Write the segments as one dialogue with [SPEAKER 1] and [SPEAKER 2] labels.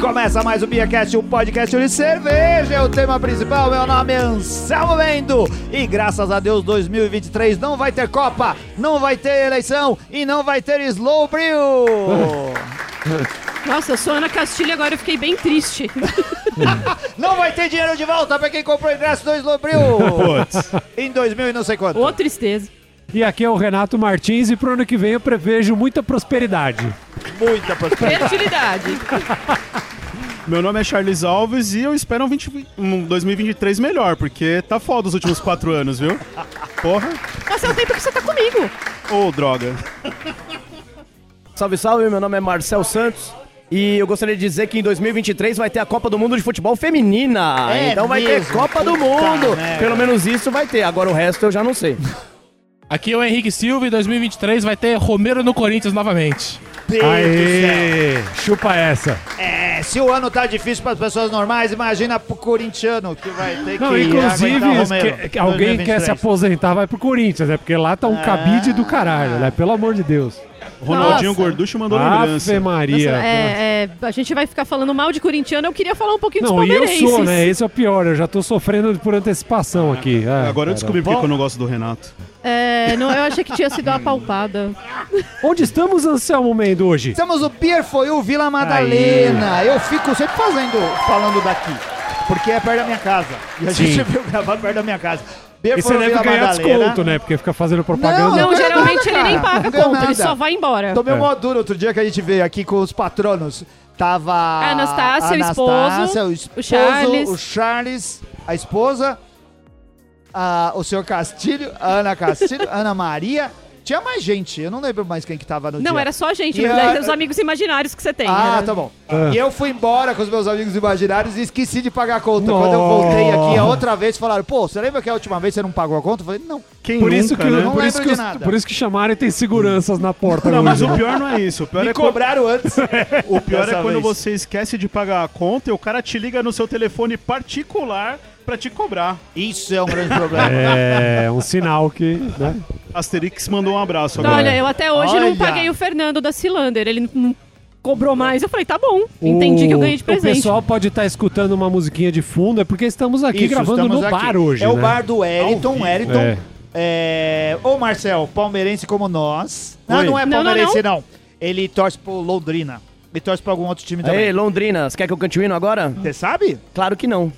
[SPEAKER 1] Começa mais o BiaCast, o podcast de cerveja. É o tema principal. Meu nome é Anselmo Mendo. E graças a Deus, 2023 não vai ter Copa, não vai ter eleição e não vai ter Slow Brew.
[SPEAKER 2] Nossa, eu sou Ana Castilho e agora eu fiquei bem triste.
[SPEAKER 1] não vai ter dinheiro de volta pra quem comprou ingresso do Slow Brew. em 2000 e não sei quanto.
[SPEAKER 2] Ô, tristeza.
[SPEAKER 3] E aqui é o Renato Martins e pro ano que vem eu prevejo muita prosperidade.
[SPEAKER 1] Muita prosperidade.
[SPEAKER 2] Fertilidade.
[SPEAKER 4] Meu nome é Charles Alves e eu espero um, 20 um 2023 melhor, porque tá foda os últimos quatro anos, viu? Porra.
[SPEAKER 2] Nossa, é o tempo que você tá comigo.
[SPEAKER 4] Ô, droga.
[SPEAKER 5] Salve, salve, meu nome é Marcel Santos. E eu gostaria de dizer que em 2023 vai ter a Copa do Mundo de Futebol Feminina.
[SPEAKER 1] É
[SPEAKER 5] então vai ter
[SPEAKER 1] mesmo?
[SPEAKER 5] Copa do
[SPEAKER 1] Puta
[SPEAKER 5] Mundo.
[SPEAKER 1] merda.
[SPEAKER 5] Pelo menos isso vai ter. Agora o resto eu já não sei.
[SPEAKER 6] Aqui é o Henrique Silva e 2023 vai ter Romero no Corinthians novamente.
[SPEAKER 1] Deus do céu.
[SPEAKER 3] Aê! Chupa essa.
[SPEAKER 1] É, se o ano tá difícil para as pessoas normais, imagina pro corintiano que vai ter
[SPEAKER 3] Não,
[SPEAKER 1] que
[SPEAKER 3] inclusive,
[SPEAKER 1] aguentar o
[SPEAKER 3] que-
[SPEAKER 1] Romero.
[SPEAKER 3] que alguém quer
[SPEAKER 1] 2023.
[SPEAKER 3] se aposentar vai pro Corinthians, né? Porque lá tá um cabide do caralho, né? Pelo amor de Deus.
[SPEAKER 4] Ronaldinho
[SPEAKER 2] Nossa.
[SPEAKER 4] Gorducho mandou lembrança.
[SPEAKER 3] Ave Maria.
[SPEAKER 2] É, é, a gente vai ficar falando mal de corintiano. Eu queria falar um pouquinho dos
[SPEAKER 3] Não, e eu
[SPEAKER 2] palmeirenses.
[SPEAKER 3] sou, né? Esse é o pior. Eu já tô sofrendo por antecipação aqui. Ah,
[SPEAKER 4] Agora eu
[SPEAKER 3] cara.
[SPEAKER 4] descobri porque que eu não gosto do Renato.
[SPEAKER 2] É, não, eu achei que tinha sido uma palpada.
[SPEAKER 3] Onde estamos, Anselmo Mendo, hoje?
[SPEAKER 1] Estamos no Pier Foil Vila Madalena. Eu fico sempre fazendo, falando daqui, porque é perto da minha casa. E a
[SPEAKER 3] Sim.
[SPEAKER 1] gente veio gravar perto da minha casa. Beer
[SPEAKER 3] E você deve ganhar desconto, né? Porque fica fazendo propaganda.
[SPEAKER 1] Não
[SPEAKER 2] Não,
[SPEAKER 1] ganha
[SPEAKER 2] geralmente
[SPEAKER 1] nada,
[SPEAKER 2] ele nem
[SPEAKER 1] cara.
[SPEAKER 2] paga
[SPEAKER 1] Não
[SPEAKER 2] a
[SPEAKER 1] ganha
[SPEAKER 2] conta, ele
[SPEAKER 1] nada.
[SPEAKER 2] só vai embora.
[SPEAKER 1] Tomei
[SPEAKER 3] É.
[SPEAKER 1] uma dura outro dia que a gente veio aqui com os patronos. Tava a
[SPEAKER 2] Anastácia, o esposo,
[SPEAKER 1] Anastácia, o esposo,
[SPEAKER 2] Charles.
[SPEAKER 1] o Charles, a esposa, a- o senhor Castilho, a Ana Castilho, Ana Maria. Tinha mais gente, eu não lembro mais quem que tava no dia.
[SPEAKER 2] Não, era só a gente,
[SPEAKER 1] E
[SPEAKER 2] né?
[SPEAKER 1] a-
[SPEAKER 2] os amigos imaginários que você tem.
[SPEAKER 1] Ah,
[SPEAKER 2] né?
[SPEAKER 1] tá bom.
[SPEAKER 3] Ah.
[SPEAKER 1] E eu fui embora com os meus amigos imaginários e esqueci de pagar a conta. Quando eu voltei aqui a outra vez, falaram, pô, você lembra que a última vez você não pagou a conta? Eu falei, não.
[SPEAKER 4] Quem
[SPEAKER 3] Por isso,
[SPEAKER 4] nunca,
[SPEAKER 3] que,
[SPEAKER 4] né?
[SPEAKER 1] não
[SPEAKER 3] por, isso
[SPEAKER 1] lembro de
[SPEAKER 3] que os-
[SPEAKER 1] nada.
[SPEAKER 3] por isso que chamaram e tem seguranças na porta.
[SPEAKER 4] Não, mas
[SPEAKER 3] hoje.
[SPEAKER 4] o pior não é isso. O pior,
[SPEAKER 1] Me
[SPEAKER 4] é, quando,
[SPEAKER 1] cobraram antes.
[SPEAKER 4] o pior
[SPEAKER 1] Dessa
[SPEAKER 4] é quando
[SPEAKER 1] vez.
[SPEAKER 4] você esquece de pagar a conta e o cara te liga no seu telefone particular pra te cobrar.
[SPEAKER 1] Isso é um grande problema.
[SPEAKER 3] É um sinal que. né?
[SPEAKER 4] Asterix mandou um abraço
[SPEAKER 2] Então,
[SPEAKER 4] agora.
[SPEAKER 2] Olha, eu até hoje
[SPEAKER 1] Olha.
[SPEAKER 2] não paguei o Fernando da Cilander. Ele não cobrou mais. Eu falei, tá bom.
[SPEAKER 3] O-
[SPEAKER 2] Entendi que eu ganhei de
[SPEAKER 3] O
[SPEAKER 2] presente.
[SPEAKER 3] pessoal pode estar escutando uma musiquinha de fundo, é porque estamos aqui
[SPEAKER 1] Isso,
[SPEAKER 3] gravando
[SPEAKER 1] estamos
[SPEAKER 3] no
[SPEAKER 1] aqui.
[SPEAKER 3] bar hoje.
[SPEAKER 1] É o
[SPEAKER 3] né?
[SPEAKER 1] bar do Wellington.
[SPEAKER 4] vivo.
[SPEAKER 1] Wellington.
[SPEAKER 3] É.
[SPEAKER 1] É, Ô, Marcel, palmeirense como nós. Não,
[SPEAKER 5] Oi.
[SPEAKER 1] não é
[SPEAKER 2] Não, não,
[SPEAKER 1] palmeirense, não, Ele torce pro Londrina. Ele torce pra algum outro time
[SPEAKER 5] Ei,
[SPEAKER 1] também.
[SPEAKER 5] Londrinas, quer que eu cante o hino agora?
[SPEAKER 1] Você sabe?
[SPEAKER 5] Claro que não.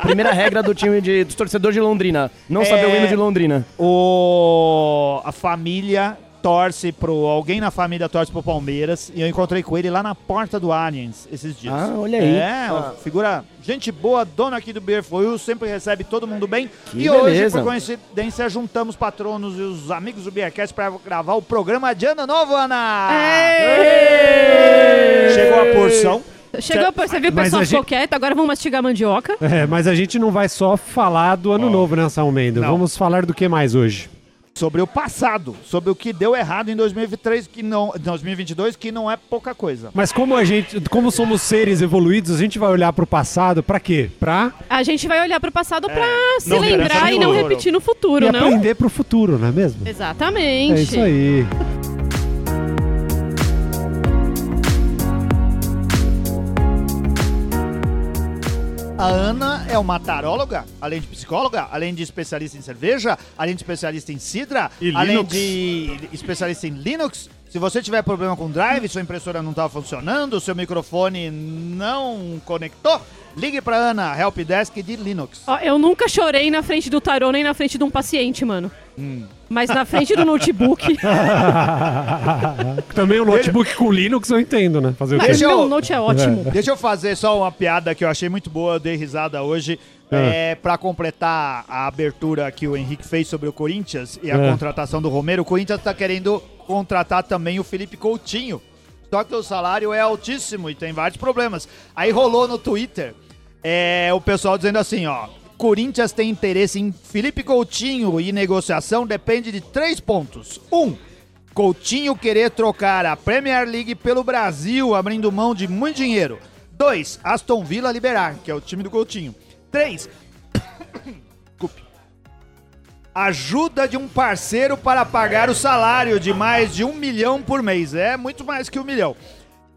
[SPEAKER 5] Primeira regra do time de, dos torcedores de Londrina: não saber o
[SPEAKER 1] É.
[SPEAKER 5] hino de Londrina.
[SPEAKER 1] O... A família torce pro... Alguém na família torce pro Palmeiras. E eu encontrei com ele lá na porta do Allianz esses dias.
[SPEAKER 5] Ah, olha aí.
[SPEAKER 1] É, uma
[SPEAKER 5] Ah.
[SPEAKER 1] figura... Gente boa, dona aqui do Beer for You, sempre recebe todo mundo bem. e hoje,
[SPEAKER 5] beleza.
[SPEAKER 1] por coincidência, juntamos patronos e os amigos do Beercast pra gravar o programa de Ano Novo, Ana! Chegou a porção.
[SPEAKER 2] Chegou, pra- você viu o
[SPEAKER 3] Mas
[SPEAKER 2] pessoal
[SPEAKER 3] a
[SPEAKER 2] ficou
[SPEAKER 3] gente-
[SPEAKER 2] quieto, agora vamos mastigar a mandioca.
[SPEAKER 3] É, mas a gente não vai só falar do ano novo, né, Salmendo?
[SPEAKER 1] Não.
[SPEAKER 3] Vamos falar do que mais hoje?
[SPEAKER 1] sobre o passado, sobre o que deu errado em 2023, que não, 2022, que não é pouca coisa.
[SPEAKER 3] Mas como a gente, como somos seres evoluídos, a gente vai olhar pro passado pra quê? Pra
[SPEAKER 2] A gente vai olhar pro passado pra se
[SPEAKER 4] não
[SPEAKER 2] lembrar
[SPEAKER 4] repetir
[SPEAKER 2] e
[SPEAKER 4] no
[SPEAKER 2] não
[SPEAKER 4] futuro.
[SPEAKER 2] repetir no futuro,
[SPEAKER 3] e
[SPEAKER 2] não?
[SPEAKER 3] aprender pro futuro, não é mesmo?
[SPEAKER 2] Exatamente.
[SPEAKER 3] É isso aí.
[SPEAKER 1] A Ana é uma taróloga, além de psicóloga, além de especialista em cerveja, além de especialista em sidra,
[SPEAKER 4] E
[SPEAKER 1] além
[SPEAKER 4] Linux.
[SPEAKER 1] de especialista em Linux. Se você tiver problema com o drive, sua impressora não estava funcionando, seu microfone não conectou, ligue para Ana, helpdesk de Linux.
[SPEAKER 2] Ó, eu nunca chorei na frente do tarô nem na frente de um paciente, mano. Mas na frente do notebook.
[SPEAKER 3] Também o notebook com Linux eu entendo, né? Fazer o quê?
[SPEAKER 2] mas
[SPEAKER 1] Deixa eu-
[SPEAKER 2] meu note é ótimo.
[SPEAKER 1] Deixa eu fazer só uma piada que eu achei muito boa, eu dei risada hoje.
[SPEAKER 4] Ah.
[SPEAKER 1] É. pra completar a abertura que o Henrique fez sobre o Corinthians e a
[SPEAKER 3] É.
[SPEAKER 1] contratação do Romero, o Corinthians tá querendo contratar também o Felipe Coutinho. Só que o salário é altíssimo e tem vários problemas. Aí rolou no Twitter é, o pessoal dizendo assim, ó. Corinthians tem interesse em Felipe Coutinho e negociação depende de três pontos. Um, Coutinho querer trocar a Premier League pelo Brasil, abrindo mão de muito dinheiro. 2. Aston Villa liberar, que é o time do Coutinho. 3. Desculpe. Ajuda de um parceiro para pagar o salário de mais de um milhão por mês. É muito mais que um milhão.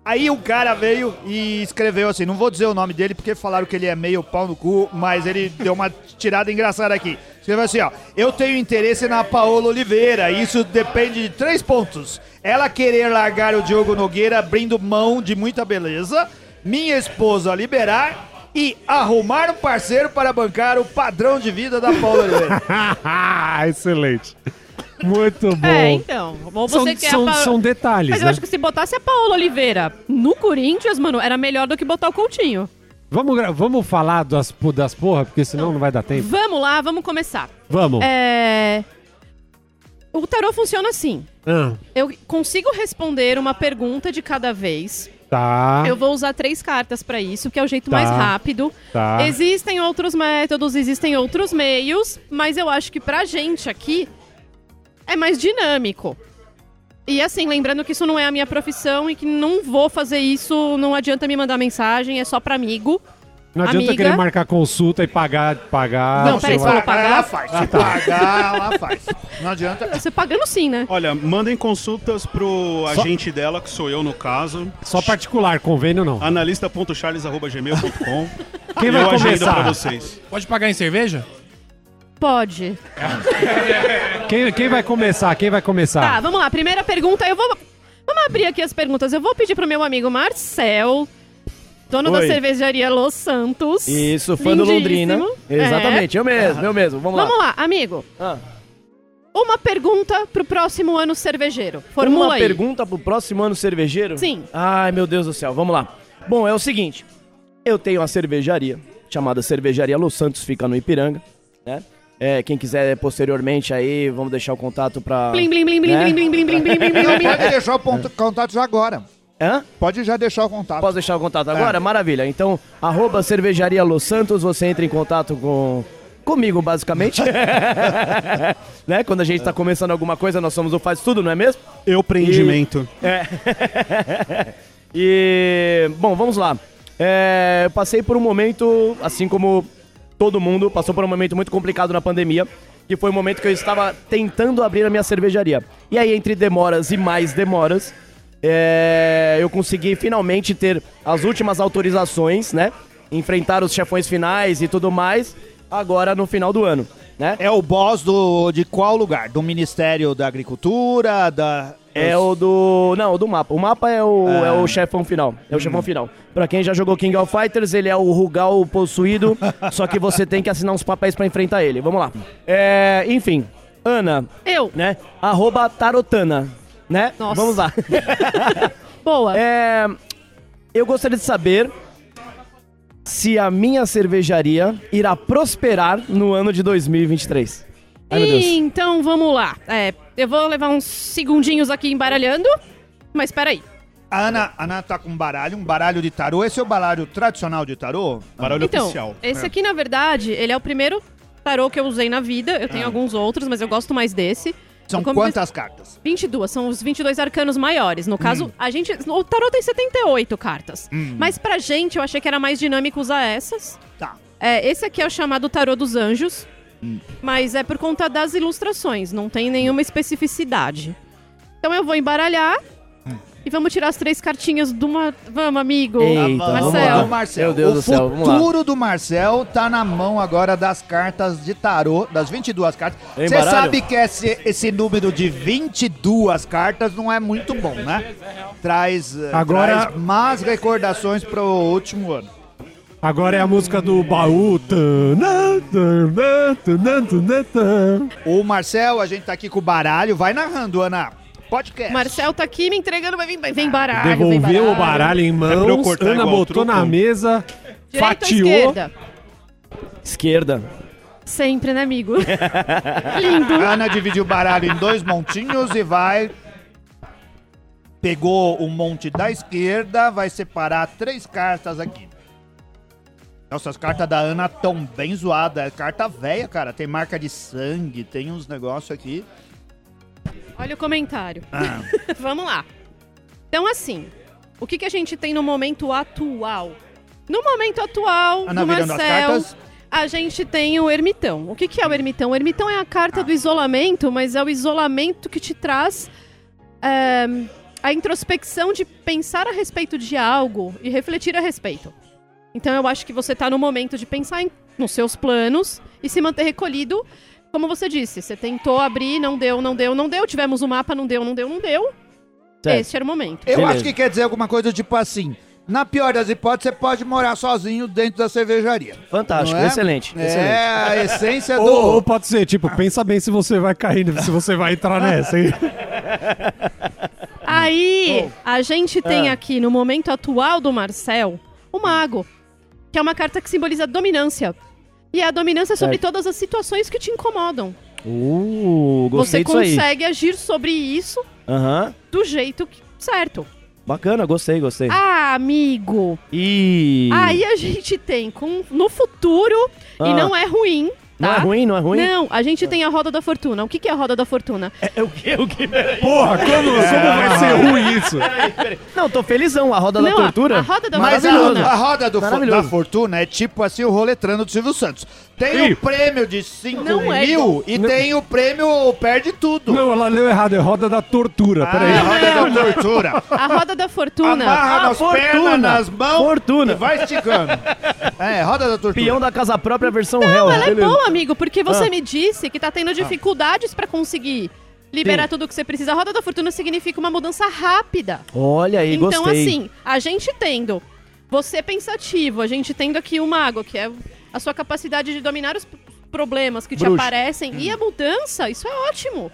[SPEAKER 1] Aí o cara veio e escreveu assim, não vou dizer o nome dele porque falaram que ele é meio pau no cu, mas ele deu uma tirada engraçada aqui. Escreveu assim, ó, eu tenho interesse na Paola Oliveira, e isso depende de três pontos. Ela querer largar o Diogo Nogueira abrindo mão de muita beleza, minha esposa liberar e arrumar um parceiro para bancar o padrão de vida da Paola Oliveira.
[SPEAKER 3] Excelente. Muito bom.
[SPEAKER 2] É, então. Ou você
[SPEAKER 3] São-
[SPEAKER 2] quer
[SPEAKER 3] são-
[SPEAKER 2] a Paola-
[SPEAKER 3] são detalhes,
[SPEAKER 2] Mas eu
[SPEAKER 3] né?
[SPEAKER 2] acho que se botasse a Paola Oliveira no Corinthians, mano, era melhor do que botar o Coutinho.
[SPEAKER 3] Vamos, gra- vamos falar das, po- das porra, porque senão não vai dar tempo.
[SPEAKER 2] Vamos lá, vamos começar.
[SPEAKER 3] Vamos.
[SPEAKER 2] É... O tarô funciona assim.
[SPEAKER 3] Ah,
[SPEAKER 2] Eu consigo responder uma pergunta de cada vez.
[SPEAKER 3] tá.
[SPEAKER 2] Eu vou usar três cartas pra isso, que é o jeito
[SPEAKER 3] Tá.
[SPEAKER 2] mais rápido.
[SPEAKER 3] Tá.
[SPEAKER 2] Existem outros métodos, existem outros meios, mas eu acho que pra gente aqui é mais dinâmico. E assim, lembrando que isso não é a minha profissão e que não vou fazer isso, não adianta me mandar mensagem, é só pra amigo.
[SPEAKER 3] Não adianta
[SPEAKER 2] Amiga.
[SPEAKER 3] querer marcar consulta e pagar. pagar
[SPEAKER 2] Não,
[SPEAKER 3] sei
[SPEAKER 2] peraí,
[SPEAKER 3] lá.
[SPEAKER 2] falou pagar?
[SPEAKER 1] ela faz. Se pagar, ela faz. Não adianta.
[SPEAKER 2] Você pagando sim, né?
[SPEAKER 4] Olha, mandem consultas pro agente dela, que sou eu no caso.
[SPEAKER 3] Só particular, convênio não.
[SPEAKER 2] Ah,
[SPEAKER 4] analista.charles.gmail.com
[SPEAKER 3] Quem
[SPEAKER 4] Eu
[SPEAKER 3] vai
[SPEAKER 4] agendo pra
[SPEAKER 3] começar?
[SPEAKER 4] vocês.
[SPEAKER 6] Pode pagar em cerveja?
[SPEAKER 2] Pode.
[SPEAKER 3] Quem, quem vai começar? Quem vai
[SPEAKER 2] Tá,
[SPEAKER 3] começar?
[SPEAKER 2] vamos lá. Primeira pergunta, eu vou. Vamos abrir aqui as perguntas. Eu vou pedir pro meu amigo Marcel, dono da
[SPEAKER 5] Oi.
[SPEAKER 2] cervejaria Los Santos.
[SPEAKER 5] Isso, fã do
[SPEAKER 2] Lindíssimo.
[SPEAKER 5] Londrina.
[SPEAKER 2] É.
[SPEAKER 5] Exatamente, eu mesmo, eu mesmo. Vamos lá.
[SPEAKER 2] Vamos lá, amigo.
[SPEAKER 5] Ah.
[SPEAKER 2] Uma pergunta pro próximo ano cervejeiro. Formula
[SPEAKER 5] Uma
[SPEAKER 2] aí.
[SPEAKER 5] pergunta pro próximo ano cervejeiro?
[SPEAKER 2] Sim.
[SPEAKER 5] Ai, meu Deus do céu, vamos lá. Bom, é o seguinte, eu tenho uma cervejaria chamada Cervejaria Los Santos, fica no Ipiranga, né? É, quem quiser posteriormente aí, vamos deixar o contato pra...
[SPEAKER 2] Blim, blim, blim, blim,
[SPEAKER 5] Né?
[SPEAKER 2] blim, blim, blim, blim, blim, blim, blim,
[SPEAKER 1] Não
[SPEAKER 2] blim.
[SPEAKER 1] pode deixar o ponto- contato já agora.
[SPEAKER 5] Hã?
[SPEAKER 1] Pode já deixar o contato.
[SPEAKER 5] Posso deixar o contato agora? Maravilha. Então, arroba cervejaria Los Santos, você entra em contato com. Comigo, basicamente. né? Quando a gente tá começando alguma coisa, nós somos o Faz Tudo, não é mesmo?
[SPEAKER 4] Eu prendimento.
[SPEAKER 5] E. Bom, vamos lá. É, eu passei por um momento, assim como todo mundo, passou por um momento muito complicado na pandemia. Que foi o momento que eu estava tentando abrir a minha cervejaria. E aí, entre demoras e mais demoras, é, eu consegui finalmente ter as últimas autorizações, né? Enfrentar os chefões finais e tudo mais, agora no final do ano, né?
[SPEAKER 1] É o boss do, de qual lugar? Do Ministério da Agricultura, da...
[SPEAKER 5] É o do. Não, o do mapa. O mapa é o, é o chefão final. É o chefão final. Pra quem já jogou King of Fighters, ele é o Rugal possuído. só que você tem que assinar uns papéis pra enfrentar ele. Vamos lá. É, enfim, Ana,
[SPEAKER 2] Eu.
[SPEAKER 5] né? Arroba Tarotana, né?
[SPEAKER 2] Nossa.
[SPEAKER 5] Vamos lá.
[SPEAKER 2] Boa.
[SPEAKER 5] É, eu gostaria de saber se a minha cervejaria irá prosperar no ano de 2023. Ai, meu Deus.
[SPEAKER 2] Então vamos lá. É, eu vou levar uns segundinhos aqui embaralhando. Mas peraí.
[SPEAKER 1] A Ana, a Ana tá com um baralho, um baralho de tarô. Esse é o baralho tradicional de tarô?
[SPEAKER 5] Ah.
[SPEAKER 4] Baralho
[SPEAKER 2] Então,
[SPEAKER 4] oficial.
[SPEAKER 2] esse aqui, na verdade, ele é o primeiro tarô que eu usei na vida. Eu
[SPEAKER 5] É.
[SPEAKER 2] tenho alguns outros, mas eu gosto mais desse.
[SPEAKER 1] São
[SPEAKER 2] Eu come-
[SPEAKER 1] quantas cartas?
[SPEAKER 2] 22, são os 22 arcanos maiores. No caso, a gente. O tarô tem 78 cartas. Mas pra gente, eu achei que era mais dinâmico usar essas.
[SPEAKER 1] Tá.
[SPEAKER 2] É, esse aqui é o chamado tarô dos anjos. Mas é por conta das ilustrações, não tem nenhuma especificidade. Então eu vou embaralhar. E vamos tirar as três cartinhas de uma. Vamos, amigo.
[SPEAKER 5] Eita,
[SPEAKER 2] Marcel.
[SPEAKER 5] vamos lá.
[SPEAKER 1] Do Marcel.
[SPEAKER 5] Meu Deus
[SPEAKER 1] o
[SPEAKER 5] do céu, vamos lá.
[SPEAKER 1] futuro do Marcel tá na mão agora das cartas de tarô, das 22 cartas.
[SPEAKER 5] Tem
[SPEAKER 1] Você
[SPEAKER 5] baralho?
[SPEAKER 1] sabe que esse, esse número de 22 cartas não é muito bom, né? Traz, eh,
[SPEAKER 3] Agora-
[SPEAKER 1] traz más recordações pro último ano.
[SPEAKER 3] Agora é a música do baú. Tanã, tanã, tanã, tanã, tanã.
[SPEAKER 1] O Marcel, a gente tá aqui com o baralho. Vai narrando, Ana. Podcast.
[SPEAKER 2] Marcel tá aqui me entregando, mas vem, vem baralho. vem
[SPEAKER 3] Devolveu o baralho em
[SPEAKER 4] É pra eu
[SPEAKER 3] mãos.
[SPEAKER 4] cortar
[SPEAKER 3] Ana
[SPEAKER 4] igual o
[SPEAKER 3] botou
[SPEAKER 4] truco?
[SPEAKER 3] na mesa.
[SPEAKER 2] Direita ou
[SPEAKER 3] fatiou.
[SPEAKER 2] esquerda?
[SPEAKER 5] Esquerda.
[SPEAKER 2] Sempre, né, amigo? Lindo.
[SPEAKER 1] A Ana dividiu o baralho em dois montinhos e vai. Pegou o monte da esquerda, vai separar três cartas aqui. Nossa, as cartas da Ana tão bem zoadas. É carta velha, cara. Tem marca de sangue, tem uns negócios aqui.
[SPEAKER 2] Olha o comentário.
[SPEAKER 1] Ah.
[SPEAKER 2] Vamos lá. Então, assim, o que, que a gente tem no momento atual? No momento atual,
[SPEAKER 1] Ana
[SPEAKER 2] do
[SPEAKER 1] virando as
[SPEAKER 2] Marcel,
[SPEAKER 1] cartas.
[SPEAKER 2] a gente tem o ermitão. O que, que é o ermitão? O ermitão é a carta do isolamento, mas é o isolamento que te traz. eh, a introspecção de pensar a respeito de algo e refletir a respeito. Então eu acho que você tá no momento de pensar em- nos seus planos e se manter recolhido. Como você disse, você tentou abrir, não deu, não deu, não deu. Tivemos o mapa, não deu, não deu, não deu.
[SPEAKER 5] Certo.
[SPEAKER 2] Esse era o momento.
[SPEAKER 1] Eu
[SPEAKER 5] Beleza.
[SPEAKER 1] acho que quer dizer alguma coisa tipo assim. Na pior das hipóteses, você pode morar sozinho dentro da cervejaria.
[SPEAKER 5] Fantástico,
[SPEAKER 1] Não é?
[SPEAKER 5] excelente.
[SPEAKER 1] É
[SPEAKER 5] excelente.
[SPEAKER 1] a essência do.
[SPEAKER 3] Ou, ou pode ser, tipo, pensa bem se você vai cair, né? se você vai entrar nessa, hein?
[SPEAKER 2] Aí, a gente
[SPEAKER 5] É.
[SPEAKER 2] tem aqui, no momento atual do Marcel, o Mago, que é uma carta que simboliza dominância. E é a dominância sobre
[SPEAKER 5] Certo.
[SPEAKER 2] todas as situações que te incomodam.
[SPEAKER 5] Uh,
[SPEAKER 2] Você
[SPEAKER 5] gostei disso aí.
[SPEAKER 2] consegue agir sobre isso
[SPEAKER 5] Aham.
[SPEAKER 2] do jeito que- certo.
[SPEAKER 5] Bacana, gostei, gostei.
[SPEAKER 2] Ah, amigo.
[SPEAKER 5] É. E
[SPEAKER 2] Aí a gente tem com no futuro, e
[SPEAKER 5] Ah.
[SPEAKER 2] não é ruim, tá?
[SPEAKER 5] não é ruim, não é ruim?
[SPEAKER 2] Não, a gente tem a roda da fortuna. O que, que é a roda da fortuna?
[SPEAKER 5] É, o que, o que?
[SPEAKER 3] Porra, como, como vai ser ruim isso?
[SPEAKER 5] Não, tô felizão, a roda da
[SPEAKER 2] não, a-
[SPEAKER 5] tortura.
[SPEAKER 2] a roda da
[SPEAKER 1] Mas a,
[SPEAKER 2] fortuna.
[SPEAKER 1] a roda do fo- da
[SPEAKER 5] Maravilhoso.
[SPEAKER 1] fortuna é tipo assim o roletrando do Silvio Santos. Tem o prêmio de 5
[SPEAKER 2] Não é
[SPEAKER 1] mil e tem o prêmio perde tudo.
[SPEAKER 3] Não, ela leu errado, é roda da tortura,
[SPEAKER 1] Ah,
[SPEAKER 4] É,
[SPEAKER 3] peraí.
[SPEAKER 1] a roda da tortura.
[SPEAKER 2] A roda da fortuna.
[SPEAKER 1] Amarra
[SPEAKER 5] Ah,
[SPEAKER 1] nas
[SPEAKER 5] fortuna.
[SPEAKER 1] pernas, nas mãos
[SPEAKER 5] Fortuna.
[SPEAKER 1] e vai esticando. É, roda da tortura.
[SPEAKER 5] Peão da casa própria versão
[SPEAKER 2] Não,
[SPEAKER 5] réu.
[SPEAKER 2] ela é
[SPEAKER 5] Beleza.
[SPEAKER 2] boa, amigo, porque você
[SPEAKER 5] Ah.
[SPEAKER 2] me disse que tá tendo dificuldades pra conseguir liberar tudo o que você precisa. A roda da fortuna significa uma mudança rápida.
[SPEAKER 5] Olha aí,
[SPEAKER 2] então,
[SPEAKER 5] gostei.
[SPEAKER 2] assim, a gente tendo você pensativo, a gente tendo aqui o mago, que é a sua capacidade de dominar os p- problemas que te
[SPEAKER 5] Bruxo.
[SPEAKER 2] aparecem e a mudança, isso é ótimo.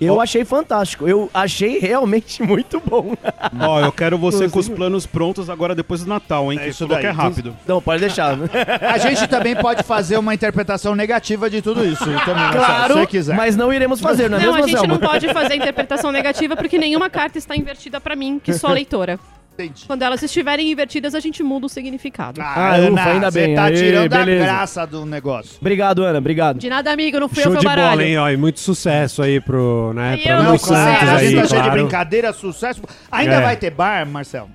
[SPEAKER 5] Eu achei fantástico. Eu achei realmente muito bom.
[SPEAKER 4] Ó, eu quero você com os planos prontos agora depois do Natal, hein?
[SPEAKER 1] É
[SPEAKER 4] que
[SPEAKER 1] isso
[SPEAKER 4] isso falou que é
[SPEAKER 1] daí.
[SPEAKER 4] rápido.
[SPEAKER 5] Não, pode deixar. né?
[SPEAKER 1] A gente também pode fazer uma interpretação negativa de tudo isso. Também, Marcelo,
[SPEAKER 5] claro,
[SPEAKER 1] se você quiser.
[SPEAKER 5] mas não iremos fazer, não é
[SPEAKER 2] não, a
[SPEAKER 5] mesmo,
[SPEAKER 2] gente
[SPEAKER 5] Anselmo?
[SPEAKER 2] não pode fazer interpretação negativa porque nenhuma carta está invertida pra mim, que sou a leitora.
[SPEAKER 1] Entendi.
[SPEAKER 2] Quando elas estiverem invertidas, a gente muda o significado.
[SPEAKER 5] Ah, ufa, ainda
[SPEAKER 1] você
[SPEAKER 5] bem.
[SPEAKER 1] tá
[SPEAKER 5] Ei,
[SPEAKER 1] tirando
[SPEAKER 5] beleza.
[SPEAKER 1] a graça do negócio.
[SPEAKER 5] Obrigado, Ana, obrigado.
[SPEAKER 2] De nada, amigo, não fui eu,
[SPEAKER 3] Show
[SPEAKER 2] foi o
[SPEAKER 3] de bola,
[SPEAKER 2] baralho.
[SPEAKER 3] hein? Ó, e muito sucesso aí pro, né,
[SPEAKER 2] E
[SPEAKER 3] pra
[SPEAKER 2] eu
[SPEAKER 3] Lu
[SPEAKER 2] não
[SPEAKER 3] Santos
[SPEAKER 2] sei, a
[SPEAKER 3] aí,
[SPEAKER 1] gente tá cheio de
[SPEAKER 3] claro.
[SPEAKER 1] brincadeira, sucesso. Ainda
[SPEAKER 3] É.
[SPEAKER 1] vai ter bar, Marcelo?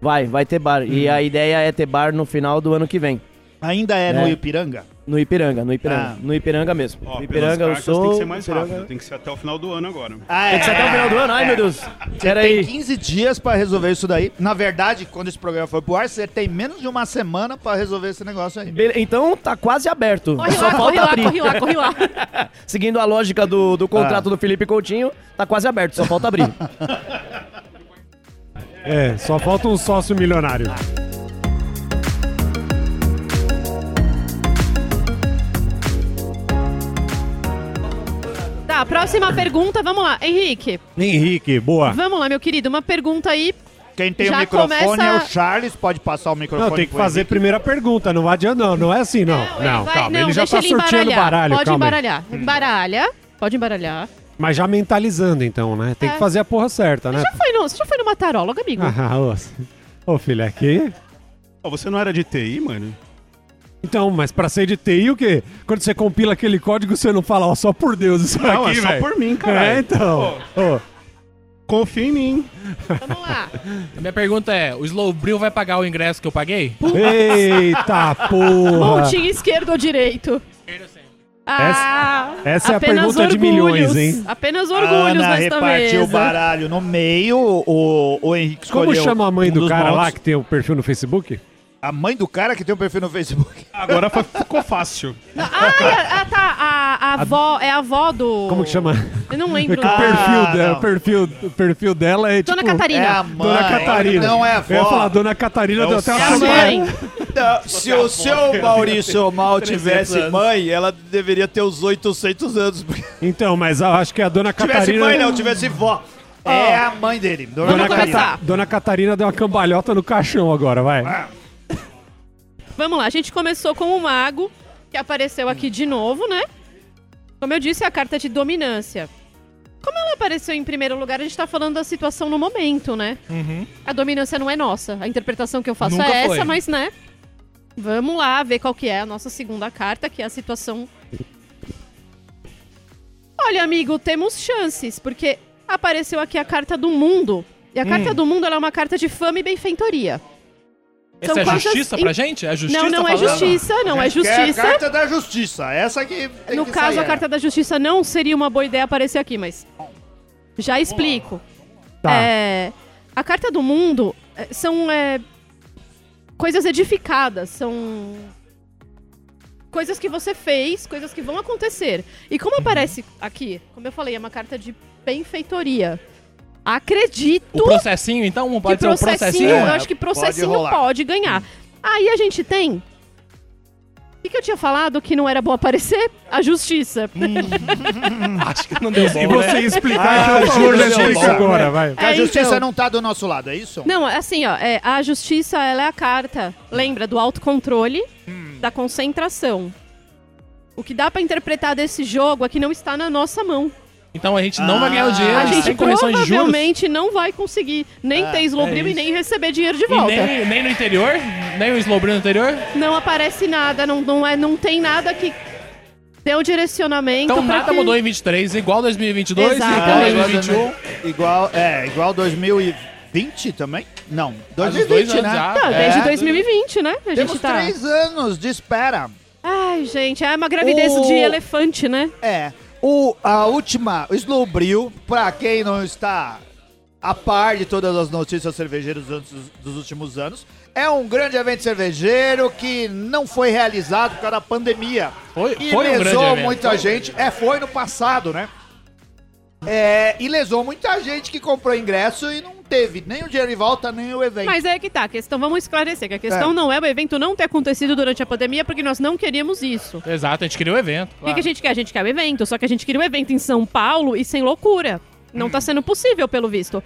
[SPEAKER 5] Vai, vai ter bar. E a ideia é ter bar no final do ano que vem.
[SPEAKER 1] Ainda é, no
[SPEAKER 5] É.
[SPEAKER 1] Ipiranga?
[SPEAKER 5] No Ipiranga, no Ipiranga.
[SPEAKER 1] Ah.
[SPEAKER 5] No Ipiranga mesmo.
[SPEAKER 4] Ó,
[SPEAKER 5] no
[SPEAKER 4] pelas
[SPEAKER 5] Ipiranga eu
[SPEAKER 4] cartas
[SPEAKER 5] sou.
[SPEAKER 4] tem que ser mais
[SPEAKER 5] Ipiranga-
[SPEAKER 4] rápido, tem que ser até o final do ano agora.
[SPEAKER 1] Ah,
[SPEAKER 5] Tem É que ser até o final do ano? Ai, meu Deus. Pera
[SPEAKER 1] Tem
[SPEAKER 5] aí.
[SPEAKER 1] 15 dias pra resolver isso daí. Na verdade, quando esse programa for pro ar, você tem menos de uma semana pra resolver esse negócio aí.
[SPEAKER 5] Bele- Então tá quase aberto.
[SPEAKER 2] Corre
[SPEAKER 5] Só
[SPEAKER 2] lá, corre
[SPEAKER 5] falta
[SPEAKER 2] lá,
[SPEAKER 5] abrir.
[SPEAKER 2] corre lá, corre lá.
[SPEAKER 5] Seguindo a lógica do, do
[SPEAKER 6] Ah.
[SPEAKER 5] contrato do Felipe Coutinho, tá quase aberto, só falta abrir.
[SPEAKER 3] É, só falta um sócio milionário.
[SPEAKER 2] Tá, próxima pergunta, vamos lá. Henrique,
[SPEAKER 3] Henrique, boa.
[SPEAKER 2] vamos lá, meu querido, uma pergunta aí.
[SPEAKER 1] Quem tem
[SPEAKER 2] Já
[SPEAKER 1] o microfone
[SPEAKER 2] começa-
[SPEAKER 1] é o Charles, pode passar o microfone.
[SPEAKER 3] Não, tem que
[SPEAKER 1] pro
[SPEAKER 3] fazer
[SPEAKER 1] Henrique.
[SPEAKER 3] primeira pergunta, não vai adianta, não, não é assim, não. Não,
[SPEAKER 2] ele vai-
[SPEAKER 3] calma, ele já
[SPEAKER 2] deixa
[SPEAKER 3] tá sorteando
[SPEAKER 2] embaralhar.
[SPEAKER 3] baralho,
[SPEAKER 2] Pode
[SPEAKER 3] calma. aí.
[SPEAKER 2] embaralhar. Embaralha, pode embaralhar.
[SPEAKER 3] Mas já mentalizando, então, né? Tem
[SPEAKER 2] É.
[SPEAKER 3] que fazer a porra certa, né?
[SPEAKER 2] Já foi no, você já foi numa taróloga, amigo?
[SPEAKER 3] Ah, ô, ô é filho, aqui...
[SPEAKER 4] Ó, você não era de TI, mano?
[SPEAKER 3] Então, mas pra ser de TI, o quê? Quando você compila aquele código, você não fala, ó, só por Deus isso
[SPEAKER 4] Não,
[SPEAKER 3] aqui,
[SPEAKER 4] é só
[SPEAKER 3] velho.
[SPEAKER 4] por mim,
[SPEAKER 3] É,
[SPEAKER 4] caralho.
[SPEAKER 3] então. Ô,
[SPEAKER 4] Confia em mim.
[SPEAKER 2] Vamos lá.
[SPEAKER 6] A minha pergunta é, o Slowbril vai pagar o ingresso que eu paguei?
[SPEAKER 3] Eita porra!
[SPEAKER 2] Pontinho esquerdo ou direito? Ah,
[SPEAKER 3] essa é a
[SPEAKER 2] apenas
[SPEAKER 3] pergunta de milhões, hein?
[SPEAKER 2] Apenas
[SPEAKER 1] A
[SPEAKER 2] orgulhos
[SPEAKER 1] Ana
[SPEAKER 2] nesta
[SPEAKER 1] repartiu o
[SPEAKER 2] mesa.
[SPEAKER 1] baralho no meio, o, o Henrique escolheu
[SPEAKER 3] Como chama a mãe
[SPEAKER 1] um
[SPEAKER 3] do
[SPEAKER 1] dos
[SPEAKER 3] cara
[SPEAKER 1] modos.
[SPEAKER 3] lá que tem o perfil no Facebook?
[SPEAKER 1] A mãe do cara que tem um perfil no Facebook.
[SPEAKER 4] Agora fa- ficou fácil.
[SPEAKER 2] Ah, e a- ah, tá. A, a avó, é a avó do.
[SPEAKER 3] Como que chama?
[SPEAKER 2] Eu não lembro.
[SPEAKER 3] Que perfil,
[SPEAKER 1] Ah,
[SPEAKER 3] dela,
[SPEAKER 1] não.
[SPEAKER 3] perfil, o perfil dela é tipo...
[SPEAKER 2] Dona Catarina.
[SPEAKER 1] É a mãe.
[SPEAKER 3] Dona Catarina.
[SPEAKER 1] Não é a
[SPEAKER 3] Eu ia falar,
[SPEAKER 1] avó.
[SPEAKER 3] Dona Catarina deu
[SPEAKER 4] o
[SPEAKER 3] até
[SPEAKER 2] É a
[SPEAKER 3] uma
[SPEAKER 2] mãe.
[SPEAKER 1] Não, se o seu Maurício Mal tivesse
[SPEAKER 4] anos.
[SPEAKER 1] mãe, ela deveria ter os 800 anos. porque-
[SPEAKER 3] Então, mas eu acho que a Dona
[SPEAKER 1] tivesse
[SPEAKER 3] Catarina...
[SPEAKER 1] mãe, né, não, tivesse vó. É a mãe dele. Dona
[SPEAKER 2] Vamos
[SPEAKER 1] Catarina.
[SPEAKER 2] começar.
[SPEAKER 3] Dona Catarina deu uma cambalhota no caixão agora, vai.
[SPEAKER 2] Vamos lá, a gente começou com o mago, que apareceu aqui de novo, né? Como eu disse, é a carta de dominância. Como ela apareceu em primeiro lugar, a gente tá falando da situação no momento, né? A dominância não é nossa. A interpretação que eu faço
[SPEAKER 6] Uhum. Nunca
[SPEAKER 2] é
[SPEAKER 6] foi.
[SPEAKER 2] essa, mas, né? Vamos lá ver qual que é a nossa segunda carta, que é a situação. Olha, amigo, temos chances, porque apareceu aqui a carta do mundo. E a
[SPEAKER 6] Hum.
[SPEAKER 2] carta do mundo ela é uma carta de fama e benfeitoria.
[SPEAKER 6] Essa
[SPEAKER 2] São
[SPEAKER 6] é
[SPEAKER 2] coisas
[SPEAKER 6] justiça
[SPEAKER 2] in-
[SPEAKER 6] pra gente? É justiça
[SPEAKER 2] não, não é
[SPEAKER 6] falando?
[SPEAKER 2] justiça, não é
[SPEAKER 1] Que é a
[SPEAKER 2] justiça.
[SPEAKER 1] carta da justiça. Essa que tem
[SPEAKER 2] No
[SPEAKER 1] que
[SPEAKER 2] caso,
[SPEAKER 1] sair. é.
[SPEAKER 2] a carta da justiça não seria uma boa ideia aparecer aqui, mas. Já explico.
[SPEAKER 3] Tá.
[SPEAKER 2] É, a carta do mundo é, são é, coisas edificadas, são coisas que você fez, coisas que vão acontecer. E
[SPEAKER 6] Uhum.
[SPEAKER 2] como aparece aqui, como eu falei, é uma carta de benfeitoria. Acredito
[SPEAKER 6] O processinho, então? Pode
[SPEAKER 2] que
[SPEAKER 6] ser um
[SPEAKER 2] processinho,
[SPEAKER 6] processinho?
[SPEAKER 2] eu acho que processinho
[SPEAKER 1] É, pode rolar.
[SPEAKER 2] pode, ganhar. Aí a gente tem. O que, que eu tinha falado que não era bom aparecer? A justiça.
[SPEAKER 6] Acho que não deu bom,
[SPEAKER 3] E
[SPEAKER 6] né?
[SPEAKER 3] você explicar,
[SPEAKER 1] Ah,
[SPEAKER 3] por favor, já explica
[SPEAKER 1] justiça.
[SPEAKER 3] agora, vai.
[SPEAKER 1] Que a
[SPEAKER 2] É,
[SPEAKER 1] justiça
[SPEAKER 2] então.
[SPEAKER 1] não tá do nosso lado, é isso?
[SPEAKER 2] Não, assim, ó, é, a justiça ela é a carta, lembra, do autocontrole,
[SPEAKER 6] Hum.
[SPEAKER 2] da concentração. O que dá pra interpretar desse jogo é que não está na nossa mão.
[SPEAKER 6] Então a gente não vai ganhar o dinheiro
[SPEAKER 1] Ah,
[SPEAKER 2] a gente
[SPEAKER 6] sem correção de juros. E
[SPEAKER 2] provavelmente não vai conseguir nem ter Slowbril e
[SPEAKER 6] isso.
[SPEAKER 2] nem receber dinheiro de volta.
[SPEAKER 6] nem, nem no interior, nem o Slowbrand anterior.
[SPEAKER 2] Não aparece nada, não, não, é, não tem nada que dê o direcionamento.
[SPEAKER 6] Então
[SPEAKER 2] pra
[SPEAKER 6] nada
[SPEAKER 2] que-
[SPEAKER 6] mudou em 23, igual 2022,
[SPEAKER 1] Ah,
[SPEAKER 6] igual
[SPEAKER 2] Exatamente.
[SPEAKER 6] 2021.
[SPEAKER 1] Igual, é, igual 2020 também? Não,
[SPEAKER 6] Faz uns
[SPEAKER 1] 2020,
[SPEAKER 6] dois
[SPEAKER 1] né?
[SPEAKER 6] anos ah, já.
[SPEAKER 2] Não,
[SPEAKER 1] É.
[SPEAKER 2] Tá, desde 2020, né? A
[SPEAKER 1] Temos
[SPEAKER 2] gente tá.
[SPEAKER 1] três anos de espera.
[SPEAKER 2] Ai, gente, é uma gravidez
[SPEAKER 1] O-
[SPEAKER 2] de elefante, né?
[SPEAKER 1] É, o, a última, o Slowbril, pra quem não está a par de todas as notícias cervejeiras dos, dos últimos anos, é um grande evento cervejeiro que não foi realizado por causa da pandemia.
[SPEAKER 6] Foi-
[SPEAKER 1] e
[SPEAKER 6] foi um grande
[SPEAKER 1] lesou
[SPEAKER 6] evento.
[SPEAKER 1] muita gente. É, foi no passado, né? É, e lesou muita gente que comprou ingresso e não teve nem o dinheiro de volta, nem o evento.
[SPEAKER 2] Mas é que tá, a questão, vamos esclarecer, que a questão
[SPEAKER 1] É.
[SPEAKER 2] não é o evento não ter acontecido durante a pandemia, porque nós não queríamos isso.
[SPEAKER 6] Exato, a gente criou o evento.
[SPEAKER 2] O que, que a gente quer? A gente quer o evento, só que a gente queria o evento em São Paulo e sem loucura. Não tá sendo possível, pelo visto.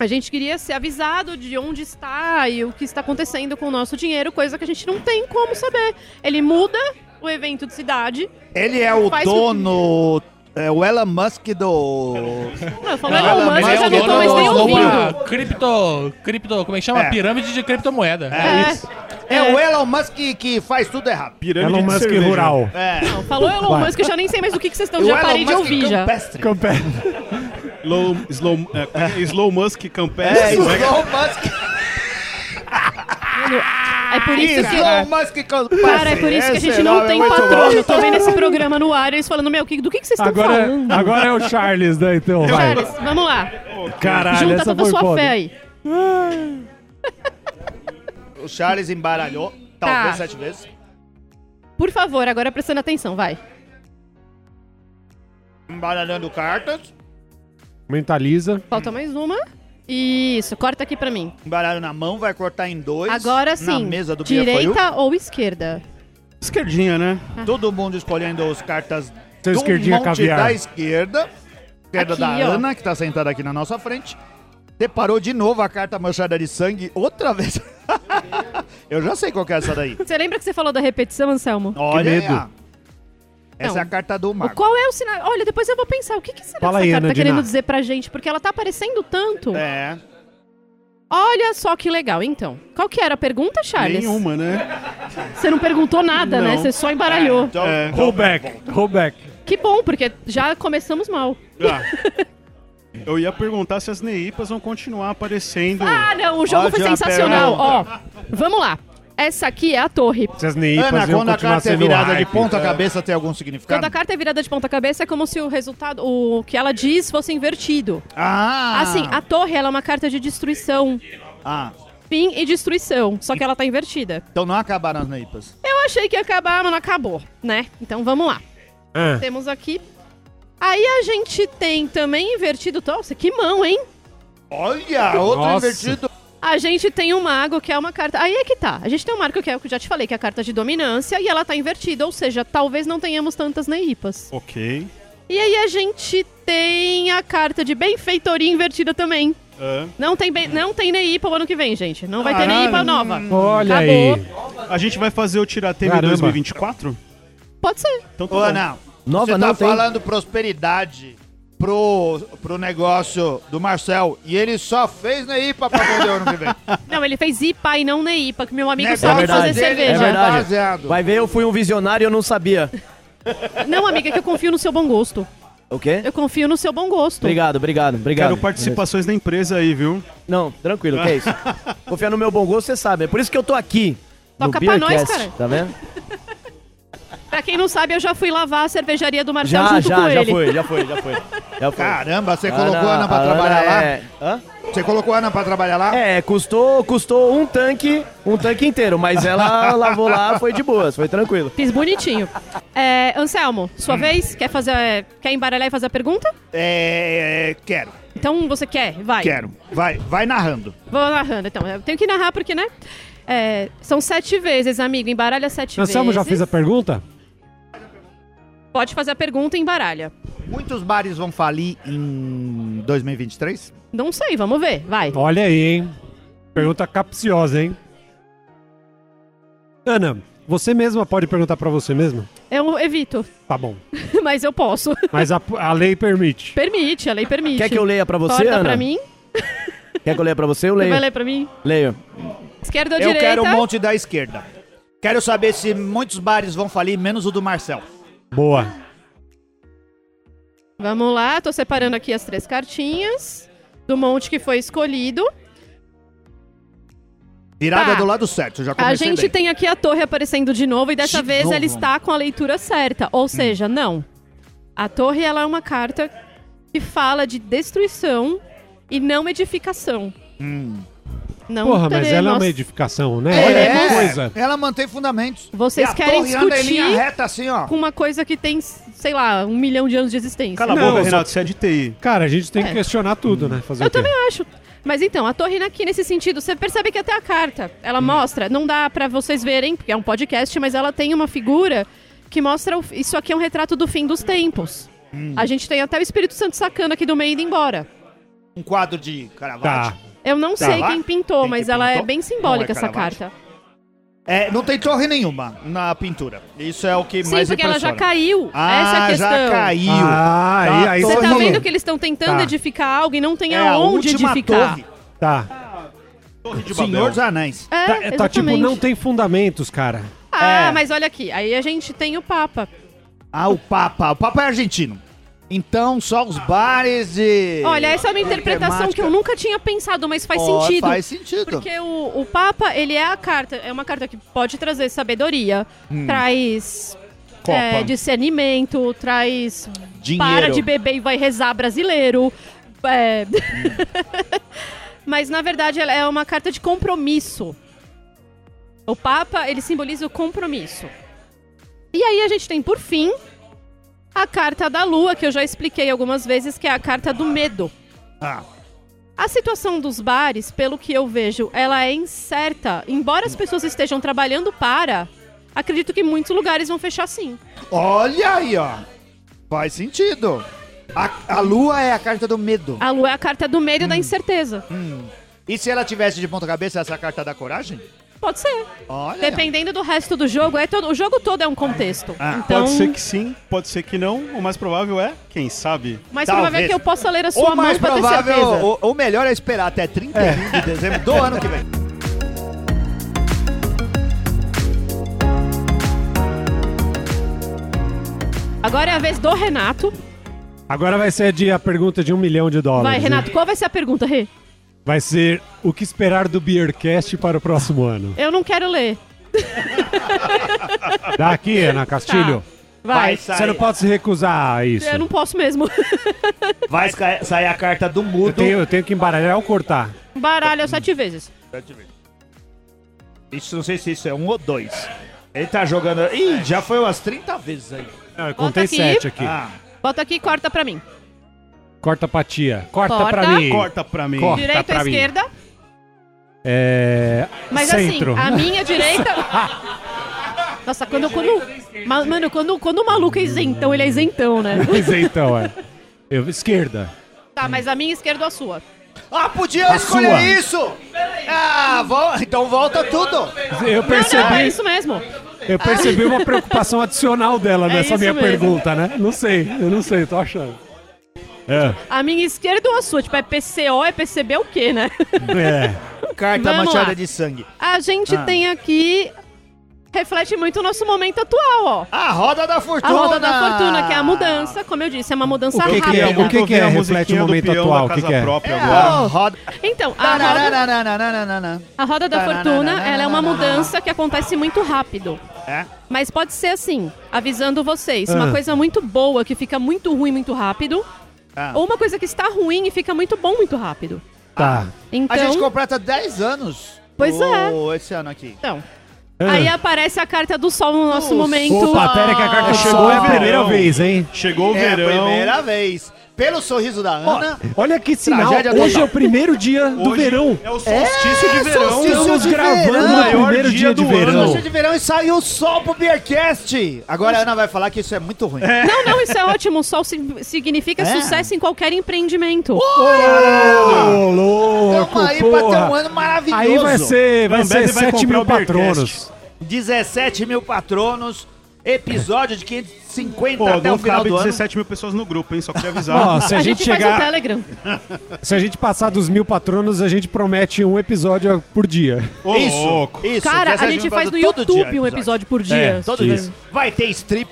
[SPEAKER 2] A gente queria ser avisado de onde está e o que está acontecendo com o nosso dinheiro, coisa que a gente não tem como saber. Ele muda o evento de cidade.
[SPEAKER 1] Ele é o
[SPEAKER 2] Faz o-
[SPEAKER 1] dono, é o Elon Musk do...
[SPEAKER 2] Não, eu falo
[SPEAKER 1] Não,
[SPEAKER 2] Elon
[SPEAKER 1] não,
[SPEAKER 2] Musk,
[SPEAKER 1] mas
[SPEAKER 2] eu
[SPEAKER 1] é o
[SPEAKER 2] não tô mais nem
[SPEAKER 1] dono do-
[SPEAKER 2] ouvindo.
[SPEAKER 6] uma cripto, cripto, como é que chama?
[SPEAKER 1] É.
[SPEAKER 6] Pirâmide de criptomoeda.
[SPEAKER 2] É.
[SPEAKER 1] É o Elon Musk que- que faz tudo errado.
[SPEAKER 4] Pirâmide
[SPEAKER 3] Elon
[SPEAKER 4] de
[SPEAKER 3] é um Musk
[SPEAKER 4] cerveja.
[SPEAKER 3] rural.
[SPEAKER 1] É.
[SPEAKER 2] Não, falou Elon
[SPEAKER 3] Vai.
[SPEAKER 2] Musk, eu já nem sei mais o que, que vocês estão.
[SPEAKER 1] O
[SPEAKER 2] Já
[SPEAKER 1] Elon
[SPEAKER 2] parei
[SPEAKER 1] Musk
[SPEAKER 2] de
[SPEAKER 1] é um
[SPEAKER 2] ouvir já.
[SPEAKER 1] campestre.
[SPEAKER 3] Compé.
[SPEAKER 4] Low, slow, é, como é que é? slow Musk Campestre.
[SPEAKER 1] É,
[SPEAKER 4] como é que é?
[SPEAKER 1] Elon Musk.
[SPEAKER 2] É por isso que.
[SPEAKER 1] Elon Musk campestre.
[SPEAKER 2] Cara, é por isso que a gente não tem patrono. Eu tô vendo esse programa no ar e eles falando, meu, que- do que, que vocês estão
[SPEAKER 3] Agora,
[SPEAKER 2] tá falando?
[SPEAKER 3] agora é o Charles, né? Então, vai.
[SPEAKER 2] Charles, vamos lá.
[SPEAKER 3] Caralho,
[SPEAKER 2] Junta
[SPEAKER 3] essa
[SPEAKER 2] toda a
[SPEAKER 3] foi
[SPEAKER 2] sua
[SPEAKER 3] foda.
[SPEAKER 2] fé aí.
[SPEAKER 1] O Charles embaralhou,
[SPEAKER 2] Tá.
[SPEAKER 1] talvez sete vezes.
[SPEAKER 2] Por favor, agora prestando atenção, vai.
[SPEAKER 1] Embaralhando cartas,
[SPEAKER 3] Mentaliza.
[SPEAKER 2] Falta mais uma. Isso, corta aqui pra mim.
[SPEAKER 1] embaralho na mão, vai cortar em dois.
[SPEAKER 2] Agora sim,
[SPEAKER 1] Na mesa do um. Biafaiu.
[SPEAKER 2] direita ou esquerda?
[SPEAKER 4] Esquerdinha, né?
[SPEAKER 1] Todo mundo escolhendo as cartas
[SPEAKER 3] Seu
[SPEAKER 1] do
[SPEAKER 3] esquerdinha
[SPEAKER 1] monte
[SPEAKER 3] caviar.
[SPEAKER 1] da esquerda. Esquerda
[SPEAKER 2] Aqui,
[SPEAKER 1] da
[SPEAKER 2] ó.
[SPEAKER 1] Ana, que tá sentada aqui na nossa frente. Deparou de novo a carta manchada de sangue, outra vez. Eu já sei qual que é essa daí.
[SPEAKER 2] Você lembra que você falou da repetição, Anselmo?
[SPEAKER 1] Olha.
[SPEAKER 3] medo.
[SPEAKER 1] aí, ó. Essa
[SPEAKER 2] Não.
[SPEAKER 1] é a carta do
[SPEAKER 2] O
[SPEAKER 1] mago.
[SPEAKER 2] qual é o sinal? Olha, depois eu vou pensar. O que, que será
[SPEAKER 3] Fala
[SPEAKER 2] que
[SPEAKER 3] aí,
[SPEAKER 2] essa carta
[SPEAKER 3] Ana
[SPEAKER 2] tá
[SPEAKER 3] Diná.
[SPEAKER 2] querendo dizer pra gente? Porque ela tá aparecendo tanto.
[SPEAKER 1] É.
[SPEAKER 2] Olha só que legal, então. Qual que era a pergunta, Charles?
[SPEAKER 4] Nenhuma, né?
[SPEAKER 2] Você não perguntou nada, né?
[SPEAKER 4] Não.
[SPEAKER 2] Você só embaralhou.
[SPEAKER 1] Então,
[SPEAKER 4] É.
[SPEAKER 3] Roll back. Roll back.
[SPEAKER 2] Que bom, porque já começamos mal.
[SPEAKER 4] Ah. Eu ia perguntar se as Neipas vão continuar aparecendo.
[SPEAKER 2] Ah, não, o jogo
[SPEAKER 1] Ótima
[SPEAKER 2] foi sensacional. Ó, vamos lá. Essa aqui é a torre.
[SPEAKER 3] Essas neipas
[SPEAKER 1] Ana,
[SPEAKER 3] iam
[SPEAKER 1] quando a
[SPEAKER 3] um continuar
[SPEAKER 1] carta é
[SPEAKER 3] sendo
[SPEAKER 1] virada de
[SPEAKER 3] hype.
[SPEAKER 1] ponta cabeça, tem algum
[SPEAKER 2] Quando
[SPEAKER 1] significado?
[SPEAKER 2] a carta é virada de ponta cabeça, é como se o resultado, o que ela diz, fosse invertido.
[SPEAKER 1] Ah!
[SPEAKER 2] Assim, a torre, ela é uma carta de destruição.
[SPEAKER 1] Ah,
[SPEAKER 2] Fim e destruição, só que ela tá invertida.
[SPEAKER 1] então não acabaram as neipas.
[SPEAKER 2] Eu achei que ia acabar, mas não acabou, né? Então vamos lá.
[SPEAKER 3] Ah,
[SPEAKER 2] Temos aqui... Aí a gente tem também invertido... Nossa, que mão, hein?
[SPEAKER 1] Olha, outro
[SPEAKER 3] Nossa.
[SPEAKER 1] invertido.
[SPEAKER 2] A gente tem um mago, que é uma carta. Aí é que tá. A gente tem um marco, que é o que eu já te falei, que é a carta de dominância, e ela tá invertida, ou seja, talvez não tenhamos tantas neipas.
[SPEAKER 4] Ok.
[SPEAKER 2] E aí a gente tem a carta de benfeitoria invertida também.
[SPEAKER 4] Ah.
[SPEAKER 2] Não tem, ben- não tem neipa o ano que vem, gente. Não vai ter neipa nova.
[SPEAKER 3] Olha
[SPEAKER 2] Acabou.
[SPEAKER 3] aí.
[SPEAKER 4] A gente vai fazer o Tiratema em
[SPEAKER 3] Caramba.
[SPEAKER 4] 2024?
[SPEAKER 2] Pode ser.
[SPEAKER 4] Então tá
[SPEAKER 1] Ô,
[SPEAKER 4] bom.
[SPEAKER 1] Ana,
[SPEAKER 5] Nova
[SPEAKER 1] você tá
[SPEAKER 5] não tem.
[SPEAKER 1] falando prosperidade pro, pro negócio do Marcel e ele só fez neipa pra vender o ano que vem.
[SPEAKER 2] Não, ele fez IPA e não neipa, que meu amigo
[SPEAKER 1] Negócio
[SPEAKER 2] sabe fazer
[SPEAKER 5] dele,
[SPEAKER 2] cerveja.
[SPEAKER 5] é verdade.
[SPEAKER 1] Baseado.
[SPEAKER 5] Vai ver, eu fui um visionário e eu não sabia.
[SPEAKER 2] Não, amiga, é que eu confio no seu bom gosto.
[SPEAKER 5] O quê?
[SPEAKER 2] Eu confio no seu bom gosto.
[SPEAKER 5] Obrigado, obrigado, obrigado.
[SPEAKER 4] Quero participações da empresa aí, viu?
[SPEAKER 5] Não, tranquilo, que é isso. Confiar no meu bom gosto, você sabe. É por isso que eu tô aqui. no
[SPEAKER 2] Toca pra nós,
[SPEAKER 5] Beercast,
[SPEAKER 2] cara.
[SPEAKER 5] Tá vendo?
[SPEAKER 2] Pra quem não sabe, eu já fui lavar a cervejaria do Marcel
[SPEAKER 5] Já,
[SPEAKER 2] junto com
[SPEAKER 5] já, já
[SPEAKER 2] ele.
[SPEAKER 5] foi, já foi, já foi. Eu falei,
[SPEAKER 1] Caramba, você colocou a Ana pra
[SPEAKER 5] a
[SPEAKER 1] trabalhar lá?
[SPEAKER 5] é- Hã?
[SPEAKER 1] Você colocou a Ana pra trabalhar lá?
[SPEAKER 5] É, custou, custou um tanque, um tanque inteiro, mas ela lavou lá, foi de boas, foi tranquilo.
[SPEAKER 2] Fiz bonitinho. É, Anselmo, sua
[SPEAKER 5] Hum.
[SPEAKER 2] vez? Quer fazer. Quer embaralhar e fazer a pergunta?
[SPEAKER 1] É, quero,
[SPEAKER 2] Então você quer? Vai.
[SPEAKER 1] quero. Vai, vai narrando.
[SPEAKER 2] Vou narrando, então. Eu tenho que narrar porque, né? É, são sete vezes, amigo. Embaralha sete
[SPEAKER 3] Anselmo,
[SPEAKER 2] vezes.
[SPEAKER 3] já fez a pergunta?
[SPEAKER 2] Pode fazer a pergunta e embaralha.
[SPEAKER 1] Muitos bares vão falir em 2023?
[SPEAKER 2] Não sei, vamos ver. Vai.
[SPEAKER 3] Olha aí, hein? Pergunta capciosa, hein? Ana, você mesma pode perguntar pra você mesma?
[SPEAKER 2] Eu evito,
[SPEAKER 3] Tá bom.
[SPEAKER 2] mas eu posso.
[SPEAKER 3] Mas a, a lei permite.
[SPEAKER 2] Permite, a lei permite.
[SPEAKER 5] Quer que eu leia pra você,
[SPEAKER 2] Torta
[SPEAKER 5] Ana?
[SPEAKER 2] pra mim?
[SPEAKER 5] Quer que eu leia pra você? Eu
[SPEAKER 2] Você
[SPEAKER 5] leio.
[SPEAKER 2] vai ler pra mim?
[SPEAKER 5] Leio.
[SPEAKER 2] Esquerda ou
[SPEAKER 1] Eu
[SPEAKER 2] direita?
[SPEAKER 1] quero um monte da esquerda. Quero saber se muitos bares vão falir, menos o do Marcel.
[SPEAKER 3] Boa.
[SPEAKER 2] Vamos lá, tô separando aqui as três cartinhas do monte que foi escolhido.
[SPEAKER 1] Virada
[SPEAKER 2] Tá.
[SPEAKER 1] do lado certo, já
[SPEAKER 2] A
[SPEAKER 1] comecei
[SPEAKER 2] gente
[SPEAKER 1] bem.
[SPEAKER 2] tem aqui a torre aparecendo de novo e dessa
[SPEAKER 1] De
[SPEAKER 2] vez
[SPEAKER 1] novo.
[SPEAKER 2] ela está com a leitura certa,
[SPEAKER 3] Hum.
[SPEAKER 2] ou seja, não. A torre ela é uma carta que fala de destruição e não edificação. Não
[SPEAKER 3] Hum. Porra, mas ela é
[SPEAKER 2] teremos-
[SPEAKER 3] uma edificação, né?
[SPEAKER 1] É,
[SPEAKER 3] que coisa.
[SPEAKER 1] Ela mantém fundamentos.
[SPEAKER 2] Vocês
[SPEAKER 1] E a
[SPEAKER 2] querem
[SPEAKER 1] torre anda em linha
[SPEAKER 2] discutir?
[SPEAKER 1] reta assim, ó.
[SPEAKER 2] com uma coisa que tem, sei lá, um milhão de anos de existência.
[SPEAKER 4] Cala a
[SPEAKER 3] Não,
[SPEAKER 4] boca,
[SPEAKER 3] só-
[SPEAKER 4] Renato, você é de TI.
[SPEAKER 3] Cara, a gente tem que
[SPEAKER 2] É.
[SPEAKER 3] questionar tudo, né? Fazer
[SPEAKER 2] Eu
[SPEAKER 3] o quê?
[SPEAKER 2] também acho. Mas então, a torre aqui nesse sentido, você percebe que até a carta, ela mostra, não dá pra vocês verem, porque é um podcast, mas ela tem uma figura que mostra, o- isso aqui é um retrato do fim dos tempos. A gente tem até o Espírito Santo sacando aqui do meio indo embora.
[SPEAKER 1] Um quadro de Caravaggio.
[SPEAKER 3] Tá.
[SPEAKER 2] Eu não
[SPEAKER 1] Tá
[SPEAKER 2] sei
[SPEAKER 1] lá?
[SPEAKER 2] quem pintou,
[SPEAKER 1] Quem
[SPEAKER 2] mas
[SPEAKER 1] que
[SPEAKER 2] ela é
[SPEAKER 1] pintou?
[SPEAKER 2] bem simbólica
[SPEAKER 1] Não é
[SPEAKER 2] essa
[SPEAKER 1] Caravaggio.
[SPEAKER 2] carta.
[SPEAKER 1] É, não tem torre nenhuma na pintura. Isso é o que
[SPEAKER 2] Sim,
[SPEAKER 1] mais
[SPEAKER 2] porque ela já
[SPEAKER 1] impressiona.
[SPEAKER 2] caiu.
[SPEAKER 1] Ah,
[SPEAKER 2] Essa é a questão.
[SPEAKER 1] já caiu.
[SPEAKER 3] Ah, aí,
[SPEAKER 1] Tá,
[SPEAKER 3] aí
[SPEAKER 1] tô-
[SPEAKER 2] Você
[SPEAKER 3] você
[SPEAKER 2] tá
[SPEAKER 3] falou.
[SPEAKER 2] vendo que eles estão tentando
[SPEAKER 3] Tá.
[SPEAKER 2] edificar algo e não tem
[SPEAKER 1] é a
[SPEAKER 2] aonde
[SPEAKER 1] última
[SPEAKER 2] edificar.
[SPEAKER 1] torre.
[SPEAKER 3] Tá.
[SPEAKER 4] Torre de
[SPEAKER 1] Senhor
[SPEAKER 4] Babel.
[SPEAKER 1] dos Anéis.
[SPEAKER 2] É,
[SPEAKER 3] Tá, tá tipo,
[SPEAKER 2] exatamente.
[SPEAKER 3] não tem fundamentos, cara.
[SPEAKER 2] Ah,
[SPEAKER 1] É.
[SPEAKER 2] mas olha aqui, aí a gente tem o Papa.
[SPEAKER 1] Ah, o Papa. O Papa é argentino. Então, só os bares de...
[SPEAKER 2] Olha, essa é uma interpretação que eu nunca tinha pensado, mas faz
[SPEAKER 1] Ó,
[SPEAKER 2] sentido.
[SPEAKER 1] Faz sentido.
[SPEAKER 2] Porque o, o Papa, ele é a carta, é uma carta que pode trazer sabedoria, traz é, discernimento, traz
[SPEAKER 1] Dinheiro.
[SPEAKER 2] para de beber e vai rezar brasileiro. é. mas na verdade ela é uma carta de compromisso. O Papa, ele simboliza o compromisso. E aí a gente tem, por fim, a carta da lua, que eu já expliquei algumas vezes, que é a carta do medo.
[SPEAKER 1] Ah,
[SPEAKER 2] A situação dos bares, pelo que eu vejo, ela é incerta. Embora as pessoas estejam trabalhando para, acredito que muitos lugares vão fechar sim.
[SPEAKER 1] olha aí, ó. Faz sentido. A, a lua é a carta do medo.
[SPEAKER 2] A lua é a carta do medo e
[SPEAKER 1] Hum.
[SPEAKER 2] da incerteza.
[SPEAKER 1] E se ela tivesse de ponta cabeça essa é carta da coragem?
[SPEAKER 2] Pode ser.
[SPEAKER 1] Olha.
[SPEAKER 2] Dependendo do resto do jogo, é todo, o jogo todo é um contexto.
[SPEAKER 1] Ah,
[SPEAKER 2] então,
[SPEAKER 4] Pode ser que sim, pode ser que não. O mais provável é, quem sabe.
[SPEAKER 2] mais
[SPEAKER 1] talvez.
[SPEAKER 2] provável é que eu possa ler a sua
[SPEAKER 1] O
[SPEAKER 2] mão
[SPEAKER 1] mais
[SPEAKER 2] pra ter
[SPEAKER 1] provável,
[SPEAKER 2] certeza.
[SPEAKER 1] ou, ou melhor é esperar até 31 de dezembro do ano que vem.
[SPEAKER 2] Agora é a vez do Renato.
[SPEAKER 3] Agora vai ser de a pergunta de um milhão de dólares.
[SPEAKER 2] Vai,
[SPEAKER 3] né?
[SPEAKER 2] Renato, qual vai ser a pergunta, Rê?
[SPEAKER 3] Vai ser o que esperar do Beercast para o próximo ano.
[SPEAKER 2] Eu não quero ler.
[SPEAKER 3] Dá aqui,
[SPEAKER 2] Tá.
[SPEAKER 3] Ana Castilho.
[SPEAKER 2] Vai.
[SPEAKER 3] Você não pode se recusar a isso.
[SPEAKER 2] Eu não posso mesmo.
[SPEAKER 1] Vai sa- sair a carta do
[SPEAKER 3] Eu
[SPEAKER 1] mudo.
[SPEAKER 3] tenho, eu tenho que embaralhar ou cortar.
[SPEAKER 2] Baralha sete vezes.
[SPEAKER 1] Isso, não sei se isso é um ou dois. Ele tá jogando. Ih, já foi umas 30 vezes aí.
[SPEAKER 3] Não,
[SPEAKER 2] Bota
[SPEAKER 3] eu contei
[SPEAKER 2] aqui.
[SPEAKER 3] sete aqui.
[SPEAKER 1] Ah,
[SPEAKER 2] Bota aqui e corta pra mim.
[SPEAKER 3] Corta a patia. Corta,
[SPEAKER 2] Corta.
[SPEAKER 3] pra mim.
[SPEAKER 4] Corta pra mim.
[SPEAKER 3] Corta.
[SPEAKER 2] Direita
[SPEAKER 3] pra
[SPEAKER 2] ou
[SPEAKER 3] mim.
[SPEAKER 2] esquerda?
[SPEAKER 3] É...
[SPEAKER 2] Mas
[SPEAKER 3] Centro.
[SPEAKER 2] assim, a minha direita. Nossa, quando. quando ma- mano, quando, quando o maluco é isentão, ele é isentão, né?
[SPEAKER 3] Pois é, então, é. Eu, esquerda.
[SPEAKER 2] tá, mas a minha esquerda ou a sua?
[SPEAKER 1] ah podia escolher
[SPEAKER 3] sua.
[SPEAKER 1] isso! Ah, vol- então volta tudo!
[SPEAKER 3] Eu
[SPEAKER 2] Não, é
[SPEAKER 3] percebi,
[SPEAKER 2] isso mesmo.
[SPEAKER 3] eu percebi uma preocupação adicional dela
[SPEAKER 2] É
[SPEAKER 3] nessa
[SPEAKER 2] isso
[SPEAKER 3] minha
[SPEAKER 2] mesmo.
[SPEAKER 3] pergunta, né? Não sei, eu não sei, tô achando. É.
[SPEAKER 2] A minha esquerda ou a sua? Tipo, é PCO, é PCB ou o quê, né?
[SPEAKER 3] é.
[SPEAKER 1] Carta
[SPEAKER 2] Vamos
[SPEAKER 1] manchada
[SPEAKER 2] lá.
[SPEAKER 1] de sangue. Ah.
[SPEAKER 2] A gente tem aqui. Reflete muito o nosso momento atual, ó.
[SPEAKER 1] A roda da
[SPEAKER 2] A
[SPEAKER 1] fortuna!
[SPEAKER 2] roda da fortuna, que é a mudança, como eu disse, é uma mudança
[SPEAKER 3] que que é?
[SPEAKER 2] rápida.
[SPEAKER 3] O que que é?
[SPEAKER 4] Eu ouvi a
[SPEAKER 3] Reflete
[SPEAKER 4] musiquinha
[SPEAKER 3] o
[SPEAKER 4] do
[SPEAKER 3] momento
[SPEAKER 4] peão
[SPEAKER 3] atual,
[SPEAKER 4] da
[SPEAKER 3] o que
[SPEAKER 4] casa
[SPEAKER 3] que é?
[SPEAKER 4] própria
[SPEAKER 2] Tá
[SPEAKER 1] É
[SPEAKER 4] agora.
[SPEAKER 1] a roda.
[SPEAKER 2] Então, a roda,
[SPEAKER 1] Tararararararararara.
[SPEAKER 2] a roda da fortuna, ela é uma mudança que acontece muito rápido.
[SPEAKER 1] É?
[SPEAKER 2] Mas pode ser assim, avisando vocês,
[SPEAKER 3] Ah.
[SPEAKER 2] uma coisa muito boa que fica muito ruim muito rápido.
[SPEAKER 1] Ah.
[SPEAKER 2] ou uma coisa que está ruim e fica muito bom muito rápido.
[SPEAKER 3] Tá.
[SPEAKER 2] Então,
[SPEAKER 1] A gente completa 10 anos.
[SPEAKER 2] Pois
[SPEAKER 1] o- Esse ano aqui.
[SPEAKER 2] então. Aí aparece a carta do sol no nosso momento.
[SPEAKER 3] Opa, pera que a carta chegou, é a primeira vez, hein?
[SPEAKER 4] Chegou o
[SPEAKER 1] É a
[SPEAKER 4] verão.
[SPEAKER 1] primeira vez. Pelo sorriso da Ana.
[SPEAKER 3] Olha que sinal,
[SPEAKER 1] Tragédia
[SPEAKER 3] hoje
[SPEAKER 1] total.
[SPEAKER 3] é o primeiro dia do
[SPEAKER 4] Hoje
[SPEAKER 3] verão.
[SPEAKER 4] É o solstício de verão.
[SPEAKER 1] solstício
[SPEAKER 3] Estamos
[SPEAKER 1] de
[SPEAKER 3] gravando
[SPEAKER 1] verão.
[SPEAKER 3] no
[SPEAKER 4] Maior
[SPEAKER 3] primeiro
[SPEAKER 4] dia
[SPEAKER 3] dia, de
[SPEAKER 4] do
[SPEAKER 1] Ano
[SPEAKER 3] verão.
[SPEAKER 1] cheio de verão e saiu o sol pro Beercast. Agora a Ana vai falar que isso é muito ruim.
[SPEAKER 2] Não, não, isso é ótimo. O sol si- significa
[SPEAKER 1] É.
[SPEAKER 2] sucesso em qualquer empreendimento.
[SPEAKER 3] Ô, louco,
[SPEAKER 1] Tamo aí pra ter um
[SPEAKER 3] porra.
[SPEAKER 1] ano maravilhoso.
[SPEAKER 3] Aí vai ser, vai
[SPEAKER 4] Lambert
[SPEAKER 3] ser
[SPEAKER 4] vai
[SPEAKER 3] 7 mil
[SPEAKER 4] comprar o Beercast.
[SPEAKER 3] patronos.
[SPEAKER 1] 17 mil patronos, episódio de 550
[SPEAKER 4] Pô,
[SPEAKER 1] até Tá, o
[SPEAKER 4] não
[SPEAKER 1] final
[SPEAKER 4] cabe
[SPEAKER 1] do ano.
[SPEAKER 4] 17 mil pessoas no grupo, hein? Só queria
[SPEAKER 3] Ó,
[SPEAKER 4] avisar.
[SPEAKER 3] se
[SPEAKER 2] a,
[SPEAKER 3] a
[SPEAKER 2] gente,
[SPEAKER 3] gente
[SPEAKER 2] faz o
[SPEAKER 3] chegar,
[SPEAKER 2] Telegram.
[SPEAKER 3] se a gente passar dos mil patronos, a gente promete um episódio por dia.
[SPEAKER 4] Ô,
[SPEAKER 1] isso,
[SPEAKER 4] louco.
[SPEAKER 1] isso.
[SPEAKER 2] Cara, a
[SPEAKER 1] 17
[SPEAKER 2] gente
[SPEAKER 1] mil
[SPEAKER 2] faz no
[SPEAKER 1] um todo
[SPEAKER 2] YouTube
[SPEAKER 1] dia
[SPEAKER 2] um episódio por dia.
[SPEAKER 3] É,
[SPEAKER 1] Todo
[SPEAKER 3] Isso.
[SPEAKER 1] dia. Vai ter strip,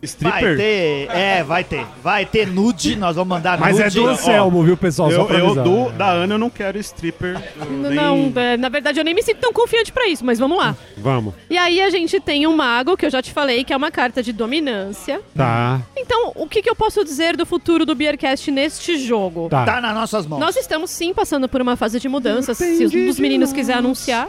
[SPEAKER 1] vai
[SPEAKER 4] Stripper?
[SPEAKER 1] ter... É, vai ter. Vai ter nude, nós vamos mandar
[SPEAKER 3] Mas é
[SPEAKER 1] nude.
[SPEAKER 3] do Anselmo, viu, pessoal? Só
[SPEAKER 4] Eu,
[SPEAKER 3] pra
[SPEAKER 4] eu
[SPEAKER 3] avisar.
[SPEAKER 4] do, da Ana eu não quero stripper. Eu
[SPEAKER 2] N-
[SPEAKER 4] nem-
[SPEAKER 2] Não, é, na verdade eu nem me sinto tão confiante pra isso, mas vamos lá.
[SPEAKER 3] Vamos.
[SPEAKER 2] E aí a gente tem o mago, que eu já te falei, que é uma carta de dominância.
[SPEAKER 3] Tá,
[SPEAKER 2] Então, o que, que eu posso dizer do futuro do Beercast neste jogo?
[SPEAKER 3] tá.
[SPEAKER 1] Tá nas nossas mãos.
[SPEAKER 2] Nós estamos sim passando por uma fase de mudanças, se um dos meninos quiser anunciar.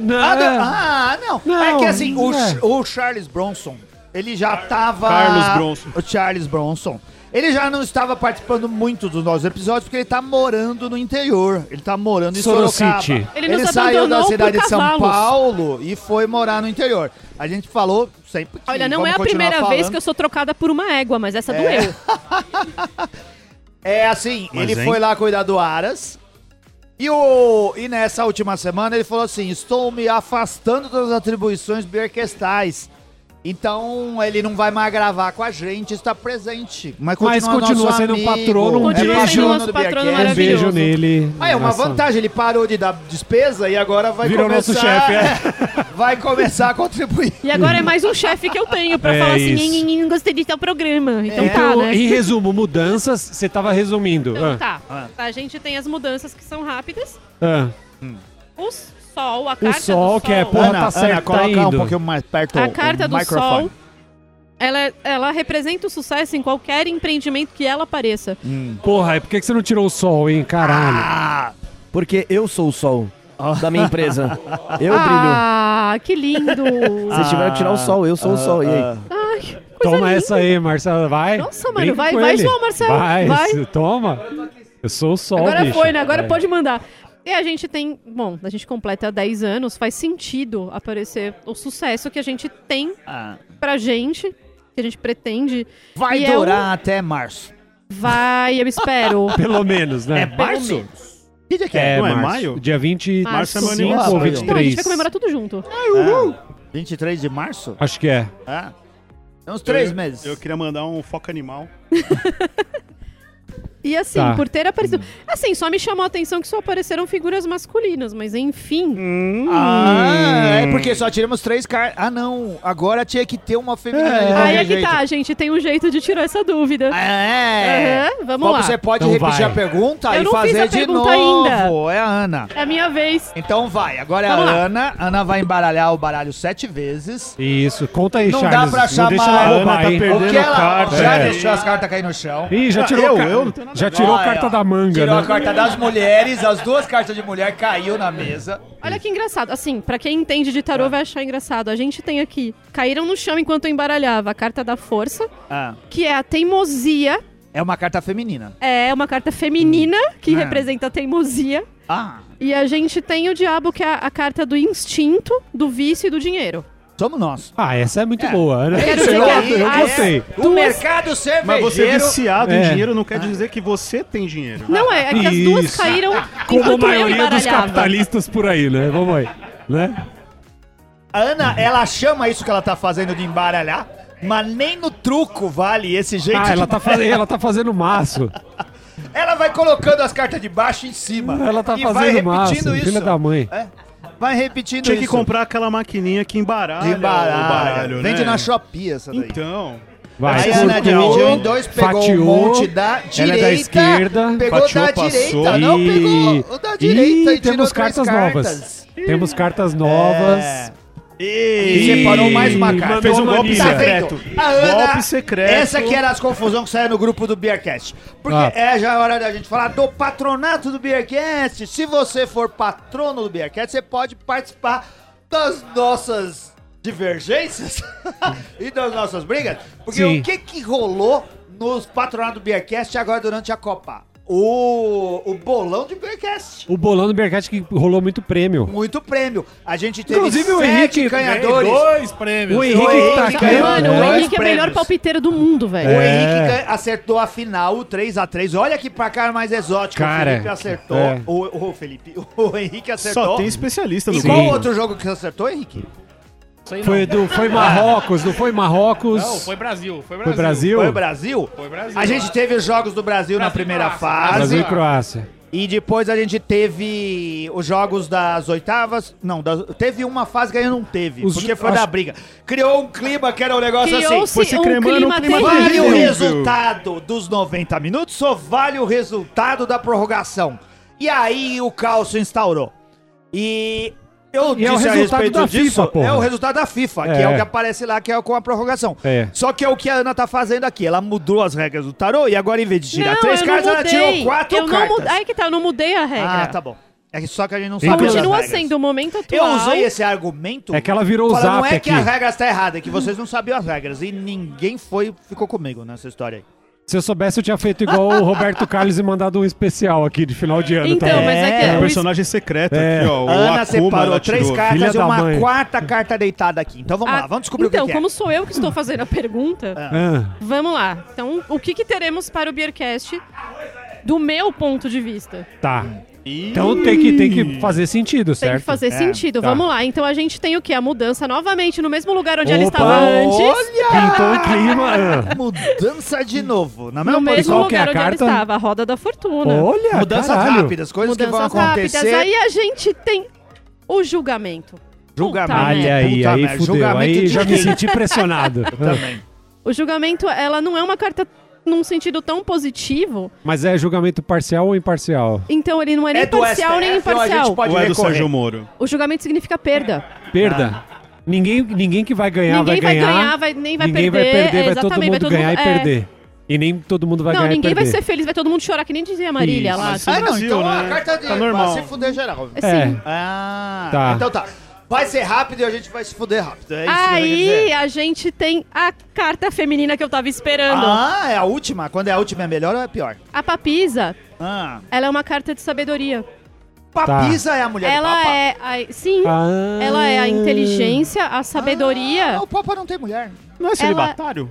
[SPEAKER 1] Ah, não. Ah, não.
[SPEAKER 3] é. Não,
[SPEAKER 1] é que assim, o,
[SPEAKER 3] é.
[SPEAKER 1] Ch- o Charles Bronson, ele já tava.
[SPEAKER 4] Carlos Bronson.
[SPEAKER 1] O Charles Bronson. Ele já não estava participando muito dos nossos episódios, porque ele tá morando no interior. Ele tá morando em Sorocaba.
[SPEAKER 3] Sorocity.
[SPEAKER 2] Ele
[SPEAKER 1] Ele,
[SPEAKER 2] nos
[SPEAKER 1] saiu da
[SPEAKER 2] abandonou
[SPEAKER 1] cidade
[SPEAKER 2] por
[SPEAKER 1] de São
[SPEAKER 2] cavalos.
[SPEAKER 1] Paulo e foi morar no interior. A gente falou sempre que
[SPEAKER 2] Olha, não
[SPEAKER 1] vamos
[SPEAKER 2] é a
[SPEAKER 1] continuar
[SPEAKER 2] primeira vez
[SPEAKER 1] falando.
[SPEAKER 2] que eu sou trocada por uma égua, mas essa doeu.
[SPEAKER 1] É assim,
[SPEAKER 4] Mas,
[SPEAKER 1] ele
[SPEAKER 4] hein?
[SPEAKER 1] foi lá cuidar do Aras. E, o, e nessa última semana ele falou assim: estou me afastando das atribuições biorquestais. Então ele não vai mais gravar com a gente, está presente. Mas continua,
[SPEAKER 3] Mas continua
[SPEAKER 1] nosso
[SPEAKER 3] sendo um
[SPEAKER 1] amigo,
[SPEAKER 3] patrono, um
[SPEAKER 1] é
[SPEAKER 3] beijo.
[SPEAKER 1] patrono
[SPEAKER 2] Nosso
[SPEAKER 1] do Beercast.
[SPEAKER 2] patrono
[SPEAKER 3] Um beijo
[SPEAKER 2] Maravilhoso.
[SPEAKER 3] nele.
[SPEAKER 1] Ah, é uma
[SPEAKER 3] Nossa.
[SPEAKER 1] vantagem, ele parou de dar despesa e agora vai
[SPEAKER 3] Virou
[SPEAKER 1] começar...
[SPEAKER 3] nosso chefe, é.
[SPEAKER 1] Vai começar a contribuir.
[SPEAKER 2] E agora é mais um chefe que eu tenho pra
[SPEAKER 3] É
[SPEAKER 2] falar assim,
[SPEAKER 3] isso.
[SPEAKER 2] "Nhin, nhin, nhin, gostei de tal programa. Então tá,
[SPEAKER 3] Então,
[SPEAKER 2] né?
[SPEAKER 3] em resumo, mudanças, você tava resumindo.
[SPEAKER 2] Então
[SPEAKER 3] Ah,
[SPEAKER 2] tá. A gente tem as mudanças que são rápidas.
[SPEAKER 3] ah.
[SPEAKER 2] O sol, a carta
[SPEAKER 3] sol,
[SPEAKER 2] do sol.
[SPEAKER 3] que é porra, tá certo, tá
[SPEAKER 1] coloca um
[SPEAKER 3] indo.
[SPEAKER 1] pouquinho mais perto
[SPEAKER 2] A
[SPEAKER 1] o-
[SPEAKER 2] carta
[SPEAKER 1] o
[SPEAKER 2] do
[SPEAKER 1] microfone.
[SPEAKER 2] sol, ela, ela representa o sucesso em qualquer empreendimento que ela apareça.
[SPEAKER 3] Porra, e por que que você não tirou o sol, hein?
[SPEAKER 2] Ah,
[SPEAKER 3] Caralho.
[SPEAKER 1] Ah,
[SPEAKER 5] Porque eu sou o sol da minha empresa. Eu brilho. Ah.
[SPEAKER 2] ah, que lindo!
[SPEAKER 5] Vocês tiveram que tirar o sol, eu sou
[SPEAKER 1] Ah,
[SPEAKER 5] o sol. E aí?
[SPEAKER 2] Ai, que coisa
[SPEAKER 3] Toma
[SPEAKER 2] linda.
[SPEAKER 3] essa aí, Marcelo. Vai.
[SPEAKER 2] Nossa, mano,
[SPEAKER 3] Brinca
[SPEAKER 2] vai-
[SPEAKER 3] com
[SPEAKER 2] vai
[SPEAKER 3] ele.
[SPEAKER 2] zoar, Marcelo,
[SPEAKER 3] Vai,
[SPEAKER 2] vai.
[SPEAKER 3] se- toma. Eu sou o sol,
[SPEAKER 2] Agora
[SPEAKER 3] bicho.
[SPEAKER 2] foi, né? Agora
[SPEAKER 3] É.
[SPEAKER 2] pode mandar. E a gente tem, bom, a gente completa 10 anos, faz sentido aparecer o sucesso que a gente tem
[SPEAKER 1] Ah.
[SPEAKER 2] pra gente, que a gente pretende.
[SPEAKER 1] Vai
[SPEAKER 2] E é
[SPEAKER 1] durar até março.
[SPEAKER 2] Vai, eu espero.
[SPEAKER 3] Pelo menos,
[SPEAKER 2] É,
[SPEAKER 3] né?
[SPEAKER 1] É março? Que dia que é?
[SPEAKER 3] É,
[SPEAKER 4] Não é
[SPEAKER 3] março.
[SPEAKER 4] maio?
[SPEAKER 3] Dia 25
[SPEAKER 2] Março é meu
[SPEAKER 3] ou
[SPEAKER 1] aniversário.
[SPEAKER 3] 23.
[SPEAKER 2] Não, a gente vai comemorar tudo junto.
[SPEAKER 1] Ah, 23 de março?
[SPEAKER 3] Acho que é.
[SPEAKER 1] Ah. Tem uns três
[SPEAKER 4] Eu-
[SPEAKER 1] meses.
[SPEAKER 4] Eu queria mandar um foca animal.
[SPEAKER 2] E assim,
[SPEAKER 3] Tá.
[SPEAKER 2] por ter aparecido. Assim, só me chamou a atenção que só apareceram figuras masculinas, mas
[SPEAKER 3] Hum,
[SPEAKER 2] enfim.
[SPEAKER 1] Ah, é porque só tiramos três cartas. Ah, não. Agora tinha que ter uma feminina. de
[SPEAKER 2] Aí
[SPEAKER 1] qualquer
[SPEAKER 2] é que
[SPEAKER 1] jeito.
[SPEAKER 2] tá, gente, tem um jeito de tirar essa dúvida.
[SPEAKER 1] Ah, É.
[SPEAKER 2] Aham, vamos
[SPEAKER 1] Como
[SPEAKER 2] lá.
[SPEAKER 1] você pode
[SPEAKER 3] Então
[SPEAKER 1] repetir
[SPEAKER 3] vai.
[SPEAKER 1] a pergunta
[SPEAKER 2] Eu
[SPEAKER 1] e
[SPEAKER 2] não fiz
[SPEAKER 1] fazer
[SPEAKER 2] a
[SPEAKER 1] de
[SPEAKER 2] pergunta
[SPEAKER 1] novo.
[SPEAKER 2] ainda.
[SPEAKER 1] É a Ana.
[SPEAKER 2] É a minha vez.
[SPEAKER 1] Então vai, agora é a
[SPEAKER 2] Vamos lá.
[SPEAKER 1] Ana. Ana vai embaralhar o baralho sete vezes.
[SPEAKER 3] Isso. Conta aí,
[SPEAKER 1] Não dá
[SPEAKER 3] Charles.
[SPEAKER 1] pra chamar-
[SPEAKER 3] deixa ela
[SPEAKER 1] A Ana
[SPEAKER 3] roubar,
[SPEAKER 4] tá
[SPEAKER 3] hein?
[SPEAKER 4] perdendo
[SPEAKER 1] O que ela
[SPEAKER 4] carta,
[SPEAKER 1] já
[SPEAKER 3] é.
[SPEAKER 1] deixou as cartas cair no chão.
[SPEAKER 3] Ih, já tirou,
[SPEAKER 4] eu-
[SPEAKER 3] ca-
[SPEAKER 4] eu não tenho nada
[SPEAKER 3] já
[SPEAKER 4] a ver.
[SPEAKER 3] tirou a
[SPEAKER 1] Olha,
[SPEAKER 3] carta
[SPEAKER 1] ó.
[SPEAKER 3] da manga,
[SPEAKER 1] Tirou
[SPEAKER 3] né?
[SPEAKER 1] a carta das mulheres, as duas cartas de mulher caiu na mesa.
[SPEAKER 2] Olha que engraçado. Assim, pra quem entende de tarô vai achar engraçado. A gente tem aqui, caíram no chão enquanto eu embaralhava, a carta da força,
[SPEAKER 1] Ah,
[SPEAKER 2] que é a teimosia.
[SPEAKER 1] é uma carta feminina.
[SPEAKER 2] É uma carta feminina que
[SPEAKER 1] Ah.
[SPEAKER 2] representa a teimosia.
[SPEAKER 1] Ah,
[SPEAKER 2] E a gente tem o diabo, que é a, a carta do instinto, do vício e do dinheiro.
[SPEAKER 1] somos nós.
[SPEAKER 3] Ah, essa é muito boa, né?
[SPEAKER 2] Quero
[SPEAKER 3] Isso,
[SPEAKER 2] dizer
[SPEAKER 3] eu,
[SPEAKER 2] que a-
[SPEAKER 1] Ah,
[SPEAKER 3] eu
[SPEAKER 1] é?
[SPEAKER 2] a- Ah, é?
[SPEAKER 3] gostei.
[SPEAKER 1] O
[SPEAKER 2] Duas-
[SPEAKER 1] mercado cervejeiro...
[SPEAKER 4] Mas você é viciado
[SPEAKER 3] É.
[SPEAKER 4] em dinheiro não quer dizer que você tem dinheiro.
[SPEAKER 2] Não é, é que as duas
[SPEAKER 3] Isso.
[SPEAKER 2] caíram
[SPEAKER 3] Como a
[SPEAKER 2] enquanto eu
[SPEAKER 3] maioria dos
[SPEAKER 2] embaralhava.
[SPEAKER 3] capitalistas por aí, né? Vamos aí. Né?
[SPEAKER 1] A Ana, ela chama isso que ela tá fazendo de embaralhar, mas nem no truco vale esse jeito.
[SPEAKER 3] Ah,
[SPEAKER 1] de-
[SPEAKER 3] ela tá, faz... ela tá fazendo maço.
[SPEAKER 1] Ela vai colocando as cartas de baixo em cima.
[SPEAKER 3] Ela tá
[SPEAKER 1] e vai
[SPEAKER 3] fazendo
[SPEAKER 1] repetindo
[SPEAKER 3] maço.
[SPEAKER 1] isso.
[SPEAKER 3] Filha da mãe.
[SPEAKER 1] É, vai repetindo
[SPEAKER 4] Tinha
[SPEAKER 1] isso.
[SPEAKER 4] que comprar aquela maquininha que embaralha,
[SPEAKER 1] de baralho.
[SPEAKER 4] o baralho,
[SPEAKER 1] Vende
[SPEAKER 4] né?
[SPEAKER 1] na Shopee essa daí.
[SPEAKER 4] Então,
[SPEAKER 3] Vai.
[SPEAKER 1] Aí a Ana dividiu em
[SPEAKER 3] curtou,
[SPEAKER 1] dois, pegou
[SPEAKER 3] fatiou,
[SPEAKER 1] um monte da
[SPEAKER 3] ela
[SPEAKER 1] direita.
[SPEAKER 3] é da esquerda,
[SPEAKER 1] Pegou
[SPEAKER 4] fatiou,
[SPEAKER 1] da
[SPEAKER 4] passou.
[SPEAKER 1] direita. Não, pegou o da direita e, tirou três
[SPEAKER 3] temos cartas novas. Temos cartas novas.
[SPEAKER 1] É. E separou mais uma carta.
[SPEAKER 4] Fez um golpe
[SPEAKER 1] Tá feito.
[SPEAKER 4] secreto.
[SPEAKER 1] A Ana,
[SPEAKER 4] Golpe secreto.
[SPEAKER 1] Essa que era as confusões que saíram no grupo do Beercast. Porque
[SPEAKER 6] Ah.
[SPEAKER 1] é já a hora da gente falar do patronato do Beercast. Se você for patrono do Beercast, você pode participar das nossas divergências e das nossas brigas. Porque
[SPEAKER 6] Sim.
[SPEAKER 1] o que que rolou nos patronatos do Beercast agora durante a Copa? O, o bolão de Beercast.
[SPEAKER 3] O bolão do Bergatti que rolou muito prêmio.
[SPEAKER 1] Muito prêmio. A gente teve
[SPEAKER 3] Inclusive, o
[SPEAKER 1] sete
[SPEAKER 3] Henrique-
[SPEAKER 1] ganhadores.
[SPEAKER 6] Dois prêmios.
[SPEAKER 3] O Henrique tá
[SPEAKER 1] Henrique,
[SPEAKER 3] caindo.
[SPEAKER 2] Mano, o
[SPEAKER 1] Dois
[SPEAKER 2] Henrique é o melhor
[SPEAKER 1] prêmios.
[SPEAKER 2] palpiteiro do mundo, velho.
[SPEAKER 1] O
[SPEAKER 3] É.
[SPEAKER 1] Henrique ganha- acertou a final, o 3x3. Olha que placar mais exótico.
[SPEAKER 3] Cara,
[SPEAKER 1] o Felipe acertou.
[SPEAKER 3] é.
[SPEAKER 1] O, o Felipe, o Henrique acertou.
[SPEAKER 4] Só tem especialista no
[SPEAKER 1] E
[SPEAKER 3] Sim.
[SPEAKER 1] qual
[SPEAKER 4] grupo.
[SPEAKER 1] outro jogo que você acertou, Henrique?
[SPEAKER 3] Foi, do,
[SPEAKER 1] Ah.
[SPEAKER 3] foi Marrocos, não foi Marrocos?
[SPEAKER 6] Não, foi Brasil. Foi Brasil.
[SPEAKER 3] Foi Brasil?
[SPEAKER 1] Foi o Brasil?
[SPEAKER 6] Foi Brasil.
[SPEAKER 1] A gente teve os jogos do Brasil na
[SPEAKER 6] Brasil e
[SPEAKER 1] primeira
[SPEAKER 6] Croácia.
[SPEAKER 1] fase.
[SPEAKER 2] Assim,
[SPEAKER 3] Brasil e Croácia.
[SPEAKER 1] E depois a gente teve os jogos das oitavas. Não, das- teve uma fase que ainda não teve,
[SPEAKER 3] Os-
[SPEAKER 1] porque foi
[SPEAKER 3] acho-
[SPEAKER 1] da briga. Criou um clima que era um negócio assim.
[SPEAKER 2] Criou-se
[SPEAKER 4] foi se
[SPEAKER 2] um
[SPEAKER 4] cremando,
[SPEAKER 2] clima
[SPEAKER 4] um clima
[SPEAKER 2] terrível.
[SPEAKER 1] Vale o
[SPEAKER 4] Terrível.
[SPEAKER 1] resultado dos 90 minutos ou vale o resultado da prorrogação? E aí o caos se instaurou. E eu
[SPEAKER 3] E é o
[SPEAKER 1] disse a
[SPEAKER 3] resultado
[SPEAKER 1] respeito
[SPEAKER 3] da
[SPEAKER 1] disso,
[SPEAKER 3] FIFA, porra.
[SPEAKER 1] é o resultado da FIFA, que
[SPEAKER 3] É.
[SPEAKER 1] é o que aparece lá, que é com a prorrogação.
[SPEAKER 3] É.
[SPEAKER 1] Só que é o que a Ana tá fazendo aqui, ela mudou as regras do tarô e agora em vez de tirar
[SPEAKER 2] Não,
[SPEAKER 1] três
[SPEAKER 2] eu
[SPEAKER 1] cartas,
[SPEAKER 2] não
[SPEAKER 1] ela
[SPEAKER 2] mudei.
[SPEAKER 1] tirou quatro
[SPEAKER 2] eu Não
[SPEAKER 1] cartas.
[SPEAKER 2] mudei. Aí que tá, eu não mudei a regra.
[SPEAKER 1] Ah, tá bom. É que só que a gente não sabe todas as
[SPEAKER 2] Continua
[SPEAKER 1] regras.
[SPEAKER 2] sendo o momento
[SPEAKER 1] Eu
[SPEAKER 2] atual.
[SPEAKER 1] usei esse argumento.
[SPEAKER 3] É que ela virou o
[SPEAKER 1] Fala, Não
[SPEAKER 3] zap
[SPEAKER 1] é que
[SPEAKER 3] aqui.
[SPEAKER 1] as regras tá errada, é que vocês não sabiam as regras. E ninguém foi, ficou comigo nessa história aí.
[SPEAKER 3] Se eu soubesse, eu tinha feito igual o Roberto Carlos e mandado um especial aqui de final de ano. tá
[SPEAKER 2] Então,
[SPEAKER 3] também.
[SPEAKER 2] mas é que
[SPEAKER 1] É,
[SPEAKER 4] Um
[SPEAKER 2] o es-
[SPEAKER 4] personagem secreto
[SPEAKER 3] É.
[SPEAKER 4] aqui, ó. O
[SPEAKER 1] A Ana
[SPEAKER 4] Akuma,
[SPEAKER 1] separou
[SPEAKER 4] ela
[SPEAKER 1] três
[SPEAKER 4] tirou.
[SPEAKER 1] cartas e
[SPEAKER 3] Filha da
[SPEAKER 1] uma
[SPEAKER 3] mãe.
[SPEAKER 1] quarta carta deitada aqui. Então vamos
[SPEAKER 2] Ah,
[SPEAKER 1] lá, vamos descobrir
[SPEAKER 2] então,
[SPEAKER 1] o que, que é.
[SPEAKER 2] como sou eu que estou fazendo a pergunta,
[SPEAKER 3] Ah,
[SPEAKER 2] vamos lá. Então, o que, que teremos para o Beercast do meu ponto de vista?
[SPEAKER 3] tá. Então tem que, tem que fazer sentido,
[SPEAKER 2] Tem
[SPEAKER 3] certo?
[SPEAKER 2] que fazer sentido.
[SPEAKER 3] tá.
[SPEAKER 2] Vamos lá. Então a gente tem o que? A mudança novamente no mesmo lugar onde ela
[SPEAKER 3] Opa,
[SPEAKER 2] estava antes.
[SPEAKER 1] Olha!
[SPEAKER 3] Pintou o clima. ah.
[SPEAKER 1] Mudança de novo. Na
[SPEAKER 2] No
[SPEAKER 1] mesma
[SPEAKER 2] mesmo
[SPEAKER 3] qual que é a
[SPEAKER 2] lugar onde ela
[SPEAKER 3] carta?
[SPEAKER 2] estava, a roda da fortuna.
[SPEAKER 3] Olha,
[SPEAKER 1] Mudanças
[SPEAKER 3] caralho.
[SPEAKER 1] rápidas, coisas que vão
[SPEAKER 2] Mudanças
[SPEAKER 1] acontecer.
[SPEAKER 2] rápidas. Aí a gente tem o julgamento.
[SPEAKER 1] Julgamento.
[SPEAKER 2] Puta merda.
[SPEAKER 3] Olha aí,
[SPEAKER 1] Puta
[SPEAKER 3] aí
[SPEAKER 1] merda,
[SPEAKER 3] fudeu.
[SPEAKER 1] julgamento
[SPEAKER 3] Aí
[SPEAKER 1] de
[SPEAKER 3] já me
[SPEAKER 1] quem?
[SPEAKER 3] senti pressionado. Ah.
[SPEAKER 1] Também.
[SPEAKER 2] O julgamento, ela não é uma carta num sentido tão positivo,
[SPEAKER 3] Mas é julgamento parcial ou imparcial?
[SPEAKER 2] então ele não é nem
[SPEAKER 1] É do
[SPEAKER 2] parcial
[SPEAKER 1] STF,
[SPEAKER 2] nem
[SPEAKER 1] ou a gente
[SPEAKER 2] imparcial.
[SPEAKER 1] pode
[SPEAKER 4] Ou é do
[SPEAKER 1] recorrer.
[SPEAKER 4] Sérgio Moro?
[SPEAKER 2] O julgamento significa perda.
[SPEAKER 3] Perda.
[SPEAKER 1] Ah.
[SPEAKER 3] Ninguém, ninguém que vai ganhar
[SPEAKER 2] ninguém
[SPEAKER 3] vai
[SPEAKER 2] vai
[SPEAKER 3] ganhar.
[SPEAKER 2] vai- nem vai
[SPEAKER 3] ninguém
[SPEAKER 2] perder.
[SPEAKER 3] vai perder,
[SPEAKER 2] é,
[SPEAKER 3] vai todo
[SPEAKER 2] exatamente,
[SPEAKER 3] mundo
[SPEAKER 2] vai todo
[SPEAKER 3] ganhar
[SPEAKER 2] mundo-
[SPEAKER 3] e
[SPEAKER 2] é.
[SPEAKER 3] perder. E nem todo mundo vai
[SPEAKER 2] Não,
[SPEAKER 3] ganhar
[SPEAKER 2] ninguém
[SPEAKER 3] e
[SPEAKER 2] vai
[SPEAKER 3] perder.
[SPEAKER 2] ser feliz, vai todo mundo chorar, que nem dizia a Marília lá.
[SPEAKER 1] Ah, não,
[SPEAKER 4] Brasil,
[SPEAKER 1] então
[SPEAKER 4] né?
[SPEAKER 1] a carta de
[SPEAKER 4] Tá normal.
[SPEAKER 1] vai se fuder geral.
[SPEAKER 2] Assim.
[SPEAKER 3] É.
[SPEAKER 1] Ah,
[SPEAKER 3] Tá.
[SPEAKER 1] então tá. Vai ser rápido e a gente vai se fuder rápido. É isso que eu quero
[SPEAKER 2] Aí
[SPEAKER 1] dizer.
[SPEAKER 2] a gente tem a carta feminina que eu tava esperando.
[SPEAKER 1] Ah, é a última? Quando é a última é melhor ou é pior?
[SPEAKER 2] A papisa,
[SPEAKER 1] Ah.
[SPEAKER 2] ela é uma carta de sabedoria.
[SPEAKER 1] Papisa é a mulher do
[SPEAKER 2] ela
[SPEAKER 1] Papa.
[SPEAKER 2] é. A, sim,
[SPEAKER 3] Ah.
[SPEAKER 2] ela é a inteligência, a sabedoria.
[SPEAKER 1] Ah, o Papa não tem mulher.
[SPEAKER 4] Não é celibatário?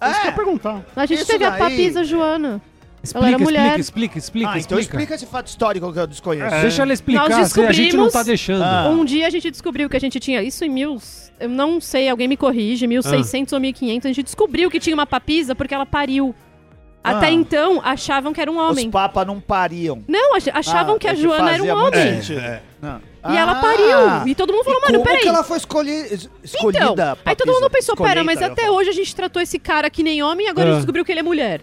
[SPEAKER 1] É.
[SPEAKER 4] Isso que eu ia perguntar.
[SPEAKER 2] a gente
[SPEAKER 1] isso
[SPEAKER 2] teve a
[SPEAKER 1] daí-
[SPEAKER 2] papisa Joana.
[SPEAKER 3] Explica,
[SPEAKER 2] Ela era
[SPEAKER 3] explica,
[SPEAKER 2] mulher.
[SPEAKER 3] explica, explica, É.
[SPEAKER 1] Ah, então explica esse fato histórico que eu desconheço.
[SPEAKER 2] É.
[SPEAKER 3] Deixa ela explicar,
[SPEAKER 2] Nós
[SPEAKER 3] se a gente não tá
[SPEAKER 2] descobrimos-
[SPEAKER 3] deixando.
[SPEAKER 1] Ah.
[SPEAKER 2] Um dia a gente descobriu que a gente tinha isso em mil. Eu não sei, alguém me corrige,
[SPEAKER 1] Ah.
[SPEAKER 2] 1600 ou 1500. A gente descobriu que tinha uma papisa porque ela pariu.
[SPEAKER 1] Ah.
[SPEAKER 2] Até então achavam que era um
[SPEAKER 1] Os
[SPEAKER 2] homem.
[SPEAKER 1] papas não pariam.
[SPEAKER 2] Não, ach- achavam
[SPEAKER 1] Ah,
[SPEAKER 2] que a
[SPEAKER 1] é
[SPEAKER 2] Joana era um
[SPEAKER 1] fazia muito
[SPEAKER 2] homem.
[SPEAKER 1] sentido.
[SPEAKER 4] É.
[SPEAKER 1] Não.
[SPEAKER 2] E ela
[SPEAKER 1] Ah,
[SPEAKER 2] pariu. E todo mundo falou, mano,
[SPEAKER 1] como é
[SPEAKER 2] peraí.
[SPEAKER 1] que ela foi escolhi- es- escolhida?
[SPEAKER 2] Então, aí todo
[SPEAKER 1] papisa?
[SPEAKER 2] mundo pensou, pera,
[SPEAKER 1] Escolheita,
[SPEAKER 2] mas
[SPEAKER 1] eu
[SPEAKER 2] até
[SPEAKER 1] falo.
[SPEAKER 2] hoje a gente tratou esse cara que nem homem e agora a
[SPEAKER 3] Ah.
[SPEAKER 2] gente descobriu que ele é mulher.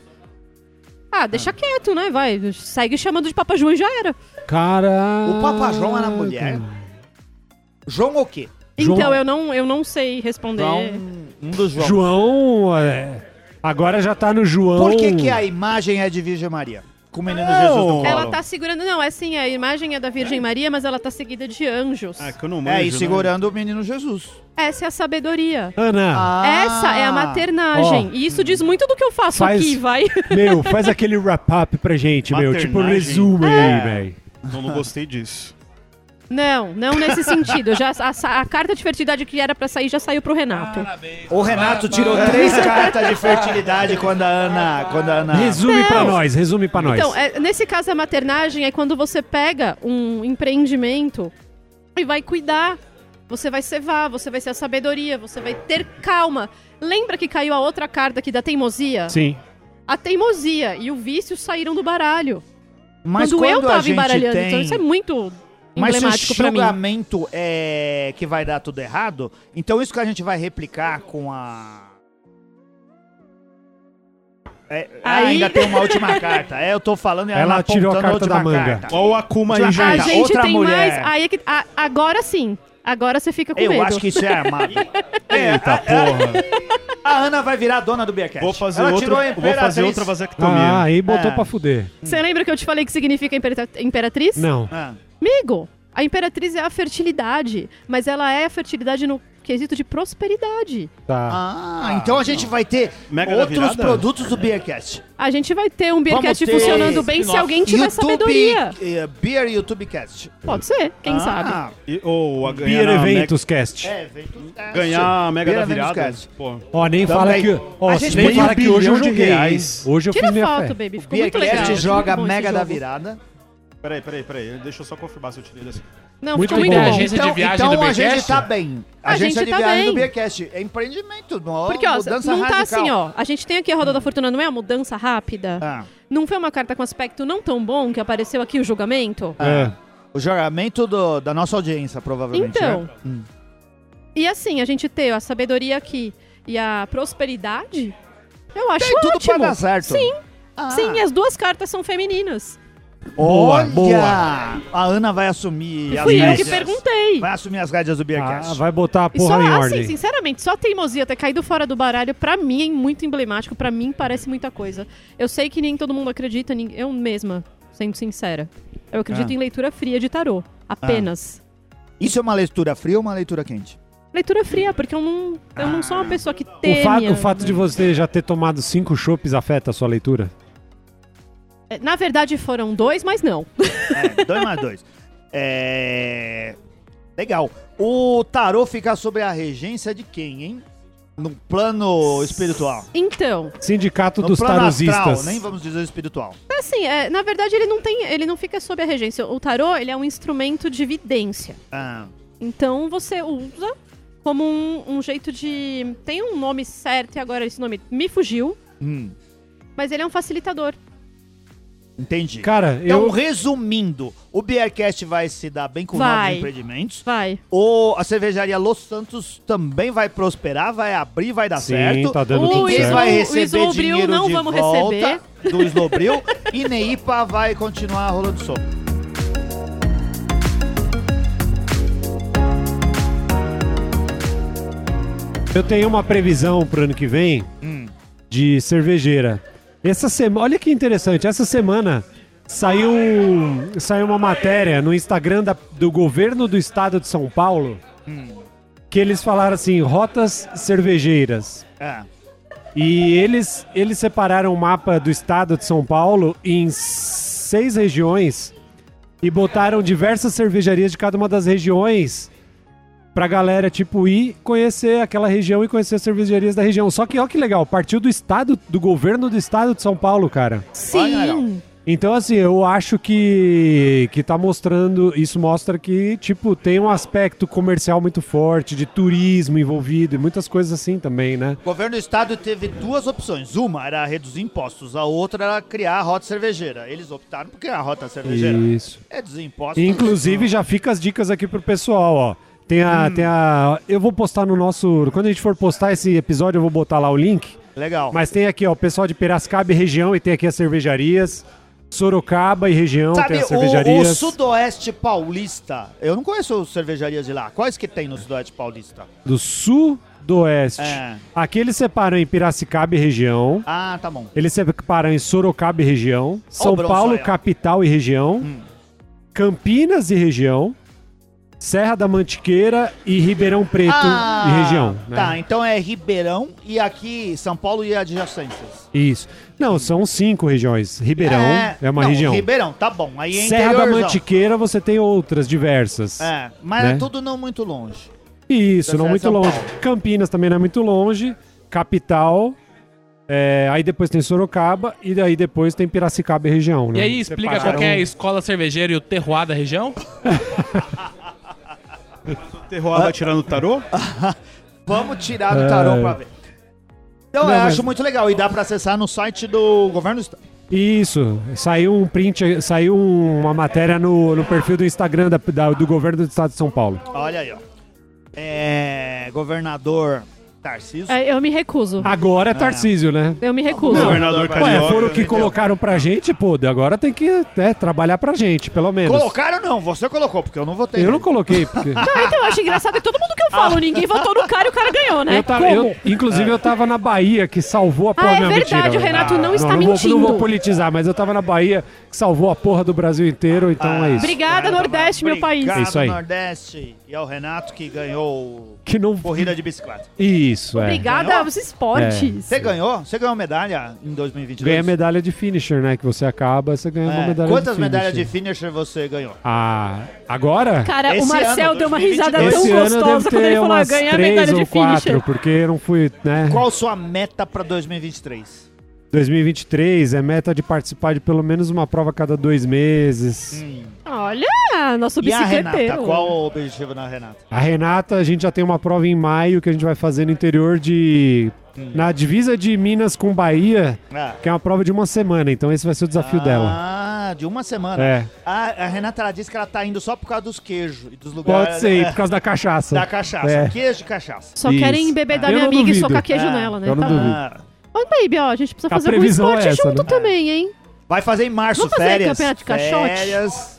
[SPEAKER 2] Ah, deixa quieto, né? Vai, segue chamando de Papa João e já era.
[SPEAKER 3] Cara.
[SPEAKER 1] O Papa João era mulher? João o quê?
[SPEAKER 3] João-
[SPEAKER 2] Então, eu não, eu não sei responder.
[SPEAKER 1] um dos João.
[SPEAKER 3] João. é, Agora já tá no João.
[SPEAKER 1] Por que, que a imagem é de Virgem Maria? Com o menino Jesus no
[SPEAKER 2] Ela
[SPEAKER 1] colo.
[SPEAKER 2] tá segurando... Não, é assim, a imagem é da Virgem Maria, mas ela tá seguida de anjos.
[SPEAKER 4] Ah, que eu não manjo,
[SPEAKER 1] É, e
[SPEAKER 4] né?
[SPEAKER 1] segurando o menino Jesus.
[SPEAKER 2] Essa é a sabedoria.
[SPEAKER 3] Ana,
[SPEAKER 1] Ah.
[SPEAKER 2] Essa é a maternagem.
[SPEAKER 3] Ó.
[SPEAKER 2] E isso diz muito do que eu faço
[SPEAKER 3] Faz-
[SPEAKER 2] aqui, vai.
[SPEAKER 3] meu, faz aquele wrap-up pra gente, meu. Tipo,
[SPEAKER 4] Maternagem.
[SPEAKER 3] resume
[SPEAKER 2] É.
[SPEAKER 3] aí, velho.
[SPEAKER 4] Não, Então, não gostei disso.
[SPEAKER 2] Não, não nesse sentido. Já, a, a carta de fertilidade que era pra sair já saiu pro Renato.
[SPEAKER 1] O Renato tirou três cartas de fertilidade quando a Ana... Quando a Ana...
[SPEAKER 3] Resume pra
[SPEAKER 2] Não.
[SPEAKER 3] nós, resume pra nós.
[SPEAKER 2] Então, é, nesse caso, a maternagem é quando você pega um empreendimento e vai cuidar. Você vai cevar, você vai ser a sabedoria, você vai ter calma. Lembra que caiu a outra carta aqui da teimosia?
[SPEAKER 3] Sim.
[SPEAKER 2] A teimosia e o vício saíram do baralho.
[SPEAKER 1] Mas
[SPEAKER 2] quando, eu
[SPEAKER 1] a
[SPEAKER 2] tava
[SPEAKER 1] gente
[SPEAKER 2] embaralhando,
[SPEAKER 1] tem-
[SPEAKER 2] então isso é muito
[SPEAKER 1] Mas se o
[SPEAKER 2] emblemático pra mim.
[SPEAKER 1] julgamento é que vai dar tudo errado, então isso que a gente vai replicar com a. É, ah,
[SPEAKER 2] Aí-
[SPEAKER 1] ainda tem uma última carta. É, eu tô falando e a
[SPEAKER 3] Ela
[SPEAKER 1] Ana
[SPEAKER 3] tirou a
[SPEAKER 1] apontando
[SPEAKER 3] carta da
[SPEAKER 1] última
[SPEAKER 3] manga.
[SPEAKER 1] carta.
[SPEAKER 4] Olha o Akuma aí,
[SPEAKER 1] Já-
[SPEAKER 2] A
[SPEAKER 4] gente.
[SPEAKER 1] Cara,
[SPEAKER 2] gente
[SPEAKER 1] outra
[SPEAKER 2] tem
[SPEAKER 1] mulher.
[SPEAKER 2] mais. Aí é que- a- agora sim. Agora você fica com
[SPEAKER 1] Eu
[SPEAKER 2] medo.
[SPEAKER 1] acho que isso é armado. É,
[SPEAKER 4] Eita porra.
[SPEAKER 1] A Ana vai virar dona do Beercat.
[SPEAKER 4] Vou fazer,
[SPEAKER 1] Ela
[SPEAKER 4] outro,
[SPEAKER 1] tirou a
[SPEAKER 4] vou fazer
[SPEAKER 1] imperatriz.
[SPEAKER 4] outra vasectomia.
[SPEAKER 3] Ah, aí
[SPEAKER 1] É.
[SPEAKER 3] botou pra fuder.
[SPEAKER 2] Você lembra que eu te falei que significa impera- imperatriz?
[SPEAKER 3] Não.
[SPEAKER 1] Ah,
[SPEAKER 2] Amigo, a imperatriz é a fertilidade, mas ela é a fertilidade no quesito de prosperidade.
[SPEAKER 3] Tá.
[SPEAKER 1] Ah, então a gente vai ter
[SPEAKER 4] Mega da
[SPEAKER 1] outros
[SPEAKER 4] virada?
[SPEAKER 1] produtos do Beercast.
[SPEAKER 2] A gente vai ter um
[SPEAKER 1] Vamos
[SPEAKER 2] Beercast
[SPEAKER 1] ter
[SPEAKER 2] funcionando bem se
[SPEAKER 6] spin-off.
[SPEAKER 2] alguém tiver sabedoria. Tá,
[SPEAKER 1] eh, Beer YouTubecast.
[SPEAKER 2] Pode ser, quem
[SPEAKER 1] Ah,
[SPEAKER 2] sabe.
[SPEAKER 4] E- Ou a ganhar
[SPEAKER 3] Beer
[SPEAKER 4] na Mega-
[SPEAKER 3] Eventos Cast.
[SPEAKER 1] É, vem tudo certo.
[SPEAKER 4] ganhar a mega
[SPEAKER 1] Beer
[SPEAKER 4] da
[SPEAKER 1] Eventos
[SPEAKER 4] virada.
[SPEAKER 1] Cast.
[SPEAKER 4] Pô.
[SPEAKER 3] Ó, nem
[SPEAKER 1] Então,
[SPEAKER 3] fala
[SPEAKER 1] aí,
[SPEAKER 3] que.
[SPEAKER 1] a
[SPEAKER 3] Ó,
[SPEAKER 1] gente
[SPEAKER 3] nem
[SPEAKER 1] tem
[SPEAKER 3] fala
[SPEAKER 1] um
[SPEAKER 3] que hoje eu
[SPEAKER 4] bilhão de
[SPEAKER 3] joguei.
[SPEAKER 4] reais.
[SPEAKER 3] hein? Hoje eu
[SPEAKER 2] Tira
[SPEAKER 3] fiz minha
[SPEAKER 2] foto,
[SPEAKER 3] fé.
[SPEAKER 2] baby. Ficou muito legal.
[SPEAKER 1] Beercast
[SPEAKER 2] Muito
[SPEAKER 1] joga
[SPEAKER 2] bom esse
[SPEAKER 1] Mega da
[SPEAKER 2] jogo.
[SPEAKER 1] Virada.
[SPEAKER 4] Peraí, peraí, peraí. Deixa eu só confirmar se eu tirei dessa.
[SPEAKER 2] Não,
[SPEAKER 3] Muito
[SPEAKER 2] ficou muito bom.
[SPEAKER 3] bom.
[SPEAKER 6] Agência de
[SPEAKER 1] então
[SPEAKER 6] viagem
[SPEAKER 1] então
[SPEAKER 6] do
[SPEAKER 1] a gente
[SPEAKER 6] Beercast?
[SPEAKER 1] tá bem. A,
[SPEAKER 2] A
[SPEAKER 1] agência
[SPEAKER 2] gente
[SPEAKER 1] de
[SPEAKER 2] tá
[SPEAKER 1] viagem
[SPEAKER 2] bem.
[SPEAKER 1] do Beercast. É empreendimento, uma
[SPEAKER 2] Porque, ó,
[SPEAKER 1] Então, mudança
[SPEAKER 2] não tá
[SPEAKER 1] radical.
[SPEAKER 2] assim, ó. A gente tem aqui a Roda da Fortuna, não é a mudança rápida?
[SPEAKER 1] Ah,
[SPEAKER 2] Não foi uma carta com aspecto não tão bom que apareceu aqui o
[SPEAKER 1] Ah,
[SPEAKER 2] julgamento?
[SPEAKER 3] É.
[SPEAKER 1] o julgamento do- da nossa audiência, provavelmente.
[SPEAKER 2] Então.
[SPEAKER 1] né?
[SPEAKER 2] E assim, a gente ter a sabedoria aqui e a prosperidade, eu acho
[SPEAKER 1] Tem tudo
[SPEAKER 2] ótimo.
[SPEAKER 1] pra dar certo.
[SPEAKER 2] Sim,
[SPEAKER 1] Ah,
[SPEAKER 2] sim, e as duas cartas são femininas.
[SPEAKER 3] Boa,
[SPEAKER 1] Olha!
[SPEAKER 3] boa.
[SPEAKER 1] A Ana vai assumir
[SPEAKER 2] E
[SPEAKER 1] as é.
[SPEAKER 2] fui eu que
[SPEAKER 1] rédeas.
[SPEAKER 2] perguntei.
[SPEAKER 1] Vai assumir as rédeas do Beercast.
[SPEAKER 3] Ah, vai botar a
[SPEAKER 2] E só,
[SPEAKER 3] porra em
[SPEAKER 2] assim,
[SPEAKER 3] ordem.
[SPEAKER 2] sinceramente, só a teimosia ter caído fora do baralho, pra mim, é muito emblemático, pra mim parece muita coisa. Eu sei que nem todo mundo acredita, nem- eu mesma, sendo sincera. Eu acredito
[SPEAKER 1] Ah.
[SPEAKER 2] em leitura fria de tarô, apenas.
[SPEAKER 1] Isso é uma leitura fria ou uma leitura quente?
[SPEAKER 2] Leitura fria, porque eu não, eu não sou uma pessoa que
[SPEAKER 3] O,
[SPEAKER 2] teme...
[SPEAKER 3] fa-
[SPEAKER 2] a-
[SPEAKER 3] o fato de você já ter tomado cinco chopes afeta a sua leitura?
[SPEAKER 2] É, Na verdade, foram dois, mas não.
[SPEAKER 1] É, dois mais dois. É... Legal. O tarô fica sobre a regência de quem, hein? No plano espiritual.
[SPEAKER 2] Então,
[SPEAKER 3] Sindicato
[SPEAKER 1] No
[SPEAKER 3] dos
[SPEAKER 1] plano astral,
[SPEAKER 3] tarosistas.
[SPEAKER 1] nem vamos dizer espiritual.
[SPEAKER 2] assim, é, na verdade, ele não tem. Ele não fica sob a regência. O tarô, ele é um instrumento de vidência.
[SPEAKER 1] Ah,
[SPEAKER 2] Então você usa como um, um jeito de. Tem um nome certo e agora esse nome me fugiu,
[SPEAKER 1] hum,
[SPEAKER 2] mas ele é um facilitador.
[SPEAKER 1] entendi.
[SPEAKER 3] Cara,
[SPEAKER 1] então,
[SPEAKER 3] eu.
[SPEAKER 1] resumindo, o Beercast vai se dar bem com
[SPEAKER 2] Vai.
[SPEAKER 1] novos empreendimentos.
[SPEAKER 2] Vai.
[SPEAKER 1] O, a cervejaria Los Santos também vai prosperar, vai abrir, vai dar
[SPEAKER 3] Sim,
[SPEAKER 1] certo.
[SPEAKER 3] tá dando
[SPEAKER 2] O
[SPEAKER 3] tudo
[SPEAKER 1] Ninguém
[SPEAKER 2] Isu-
[SPEAKER 3] certo.
[SPEAKER 1] vai
[SPEAKER 2] o
[SPEAKER 1] receber
[SPEAKER 2] Isobril
[SPEAKER 1] dinheiro
[SPEAKER 2] não
[SPEAKER 1] de
[SPEAKER 2] vamos
[SPEAKER 1] volta do Slobril e Neipa vai continuar rolando som.
[SPEAKER 3] Eu tenho uma previsão pro ano que vem de cervejeira. Essa semana, olha que interessante, essa semana saiu, saiu uma matéria no Instagram da- do governo do estado de São Paulo que eles falaram assim, rotas cervejeiras.
[SPEAKER 1] É.
[SPEAKER 3] E eles, eles separaram o mapa do estado de São Paulo em seis regiões e botaram diversas cervejarias de cada uma das regiões pra galera, tipo, ir conhecer aquela região e conhecer as cervejarias da região. Só que, ó que legal, partiu do estado, do governo do estado de São Paulo, cara.
[SPEAKER 1] legal.
[SPEAKER 2] Sim.
[SPEAKER 3] Então, assim, eu acho que, que tá mostrando. Isso mostra que, tipo, tem um aspecto comercial muito forte, de turismo envolvido e muitas coisas assim também, né?
[SPEAKER 1] O governo do estado teve duas opções. Uma era reduzir impostos, a outra era criar a rota cervejeira. Eles optaram por criar a rota cervejeira.
[SPEAKER 3] Isso.
[SPEAKER 1] Reduzir impostos.
[SPEAKER 3] Inclusive, já fica as dicas aqui pro pessoal, ó. Tem a,
[SPEAKER 1] Hum.
[SPEAKER 3] tem a. Eu vou postar no nosso. Quando a gente for postar esse episódio, eu vou botar lá o link.
[SPEAKER 1] então, Legal.
[SPEAKER 3] Mas tem aqui, ó, o pessoal de Piracicaba e região, e tem aqui as cervejarias. Sorocaba e região,
[SPEAKER 1] Sabe,
[SPEAKER 3] tem as
[SPEAKER 1] o, o
[SPEAKER 3] cervejarias.
[SPEAKER 1] sudoeste paulista, eu não conheço cervejarias de lá. Quais que tem no sudoeste paulista?
[SPEAKER 3] Do sudoeste.
[SPEAKER 1] É.
[SPEAKER 3] Aqui eles separam em Piracicaba e região.
[SPEAKER 1] Ah, tá bom.
[SPEAKER 3] Eles separam em Sorocaba e região. São
[SPEAKER 1] Bronson
[SPEAKER 3] Paulo,
[SPEAKER 1] aí, ó. Hum.
[SPEAKER 3] capital e região. Campinas e região. Serra da Mantiqueira e Ribeirão Preto
[SPEAKER 1] Ah,
[SPEAKER 3] e região. né?
[SPEAKER 1] Tá, então é Ribeirão e aqui São Paulo e adjacências.
[SPEAKER 3] Isso. Não, são cinco regiões. Ribeirão é, uma
[SPEAKER 1] não,
[SPEAKER 3] região.
[SPEAKER 1] Ribeirão, tá bom. Aí é
[SPEAKER 3] Serra da
[SPEAKER 1] interiorzão.
[SPEAKER 3] Mantiqueira você tem outras diversas.
[SPEAKER 1] É, mas
[SPEAKER 3] né?
[SPEAKER 1] é tudo não muito longe.
[SPEAKER 3] Isso,
[SPEAKER 1] Da Serra
[SPEAKER 3] não
[SPEAKER 1] de
[SPEAKER 3] muito
[SPEAKER 1] São
[SPEAKER 3] longe.
[SPEAKER 1] Paulo.
[SPEAKER 3] Campinas também não é muito longe. Capital. é, aí depois tem Sorocaba e daí depois tem Piracicaba e região.
[SPEAKER 6] E
[SPEAKER 3] né?
[SPEAKER 6] aí explica
[SPEAKER 3] Separaram-
[SPEAKER 6] qual
[SPEAKER 1] um.
[SPEAKER 6] que é a escola cervejeira e o terroir da região?
[SPEAKER 4] O terror vai tirar no tarô?
[SPEAKER 1] Vamos tirar do tarô
[SPEAKER 3] É.
[SPEAKER 1] pra ver. Então,
[SPEAKER 3] Não,
[SPEAKER 1] eu
[SPEAKER 3] mas-
[SPEAKER 1] acho muito legal. E dá pra acessar no site do governo do estado.
[SPEAKER 3] Isso, saiu um print, saiu uma matéria no, no perfil do Instagram da- da- do governo do estado de São Paulo.
[SPEAKER 1] Olha aí, ó. É, governador Tarcísio?
[SPEAKER 2] É, eu me recuso.
[SPEAKER 3] Agora é Tarcísio, né?
[SPEAKER 2] eu me recuso.
[SPEAKER 4] Governador
[SPEAKER 3] Ué, foram o
[SPEAKER 4] Carioca.
[SPEAKER 3] que colocaram pra gente, pô, agora tem que né, trabalhar pra gente, pelo menos.
[SPEAKER 1] Colocaram não, você colocou, porque eu não votei.
[SPEAKER 3] Eu não coloquei, porque.
[SPEAKER 2] Então, eu acho engraçado que todo mundo que eu falo, ninguém votou no cara e o cara ganhou, né?
[SPEAKER 3] Ah. Eu tava- eu- inclusive, eu tava na Bahia que salvou a porra
[SPEAKER 2] Ah, é
[SPEAKER 3] não, mentira.
[SPEAKER 2] verdade, o Renato não está
[SPEAKER 3] vou-
[SPEAKER 2] mentindo.
[SPEAKER 3] não vou politizar, mas eu tava na Bahia que salvou a porra do Brasil inteiro, então é
[SPEAKER 2] Ah.
[SPEAKER 3] isso.
[SPEAKER 2] Obrigada, Nordeste, meu país.
[SPEAKER 1] Obrigado,
[SPEAKER 3] É isso aí.
[SPEAKER 1] Nordeste. E ao Renato que ganhou
[SPEAKER 3] Que não.
[SPEAKER 1] corrida de bicicleta.
[SPEAKER 3] Isso, é.
[SPEAKER 2] Obrigada aos esportes.
[SPEAKER 1] Você ganhou? Você ganhou medalha em 2022?
[SPEAKER 3] Ganha medalha de finisher, né? Que você acaba, você ganha uma
[SPEAKER 1] É.
[SPEAKER 3] medalha
[SPEAKER 1] Quantas
[SPEAKER 3] de finisher.
[SPEAKER 1] medalhas de finisher você ganhou?
[SPEAKER 3] Ah, agora?
[SPEAKER 2] Cara, o
[SPEAKER 1] Esse
[SPEAKER 2] Marcel
[SPEAKER 1] ano,
[SPEAKER 2] deu uma
[SPEAKER 1] 2022.
[SPEAKER 2] risada tão
[SPEAKER 3] Esse ano
[SPEAKER 2] gostosa
[SPEAKER 3] deve
[SPEAKER 2] quando ele
[SPEAKER 3] ter
[SPEAKER 2] falou:
[SPEAKER 3] umas
[SPEAKER 2] ganha a
[SPEAKER 3] três
[SPEAKER 2] medalha de
[SPEAKER 3] ou quatro,
[SPEAKER 2] finisher.
[SPEAKER 3] porque eu não fui, né?
[SPEAKER 1] Qual sua meta pra 2023?
[SPEAKER 3] 2023 é meta de participar de pelo menos uma prova a cada dois meses.
[SPEAKER 1] Hum.
[SPEAKER 2] Olha, nosso
[SPEAKER 1] E a Renata?
[SPEAKER 2] bicicleteiro.
[SPEAKER 1] Qual o objetivo da Renata?
[SPEAKER 3] A Renata, a gente já tem uma prova em maio que a gente vai fazer no interior de.
[SPEAKER 1] Hum.
[SPEAKER 3] Na divisa de Minas com Bahia,
[SPEAKER 1] Ah.
[SPEAKER 3] que é uma prova de uma semana, então esse vai ser o desafio dela.
[SPEAKER 1] Ah, de uma semana.
[SPEAKER 3] É.
[SPEAKER 1] A, a Renata, ela disse que ela tá indo só por causa dos queijos e dos lugares.
[SPEAKER 3] Pode ser,
[SPEAKER 1] é,
[SPEAKER 3] por causa da cachaça.
[SPEAKER 1] da cachaça.
[SPEAKER 3] É.
[SPEAKER 1] Queijo e cachaça.
[SPEAKER 2] Só
[SPEAKER 3] Isso.
[SPEAKER 2] querem beber da
[SPEAKER 3] Eu
[SPEAKER 2] minha
[SPEAKER 3] não
[SPEAKER 2] amiga
[SPEAKER 3] duvido. É,
[SPEAKER 2] e socar queijo
[SPEAKER 1] Ah,
[SPEAKER 2] nela, né?
[SPEAKER 3] eu não
[SPEAKER 2] Tá.
[SPEAKER 3] duvido.
[SPEAKER 1] Ah,
[SPEAKER 2] Ô, baby, ó, a gente precisa
[SPEAKER 3] A
[SPEAKER 2] fazer algum
[SPEAKER 3] previsão é
[SPEAKER 2] esporte
[SPEAKER 3] essa,
[SPEAKER 2] junto
[SPEAKER 3] né?
[SPEAKER 2] também, hein?
[SPEAKER 1] vai fazer em março,
[SPEAKER 2] Vamos fazer
[SPEAKER 1] férias.
[SPEAKER 2] campeonato de caixote?
[SPEAKER 1] Férias.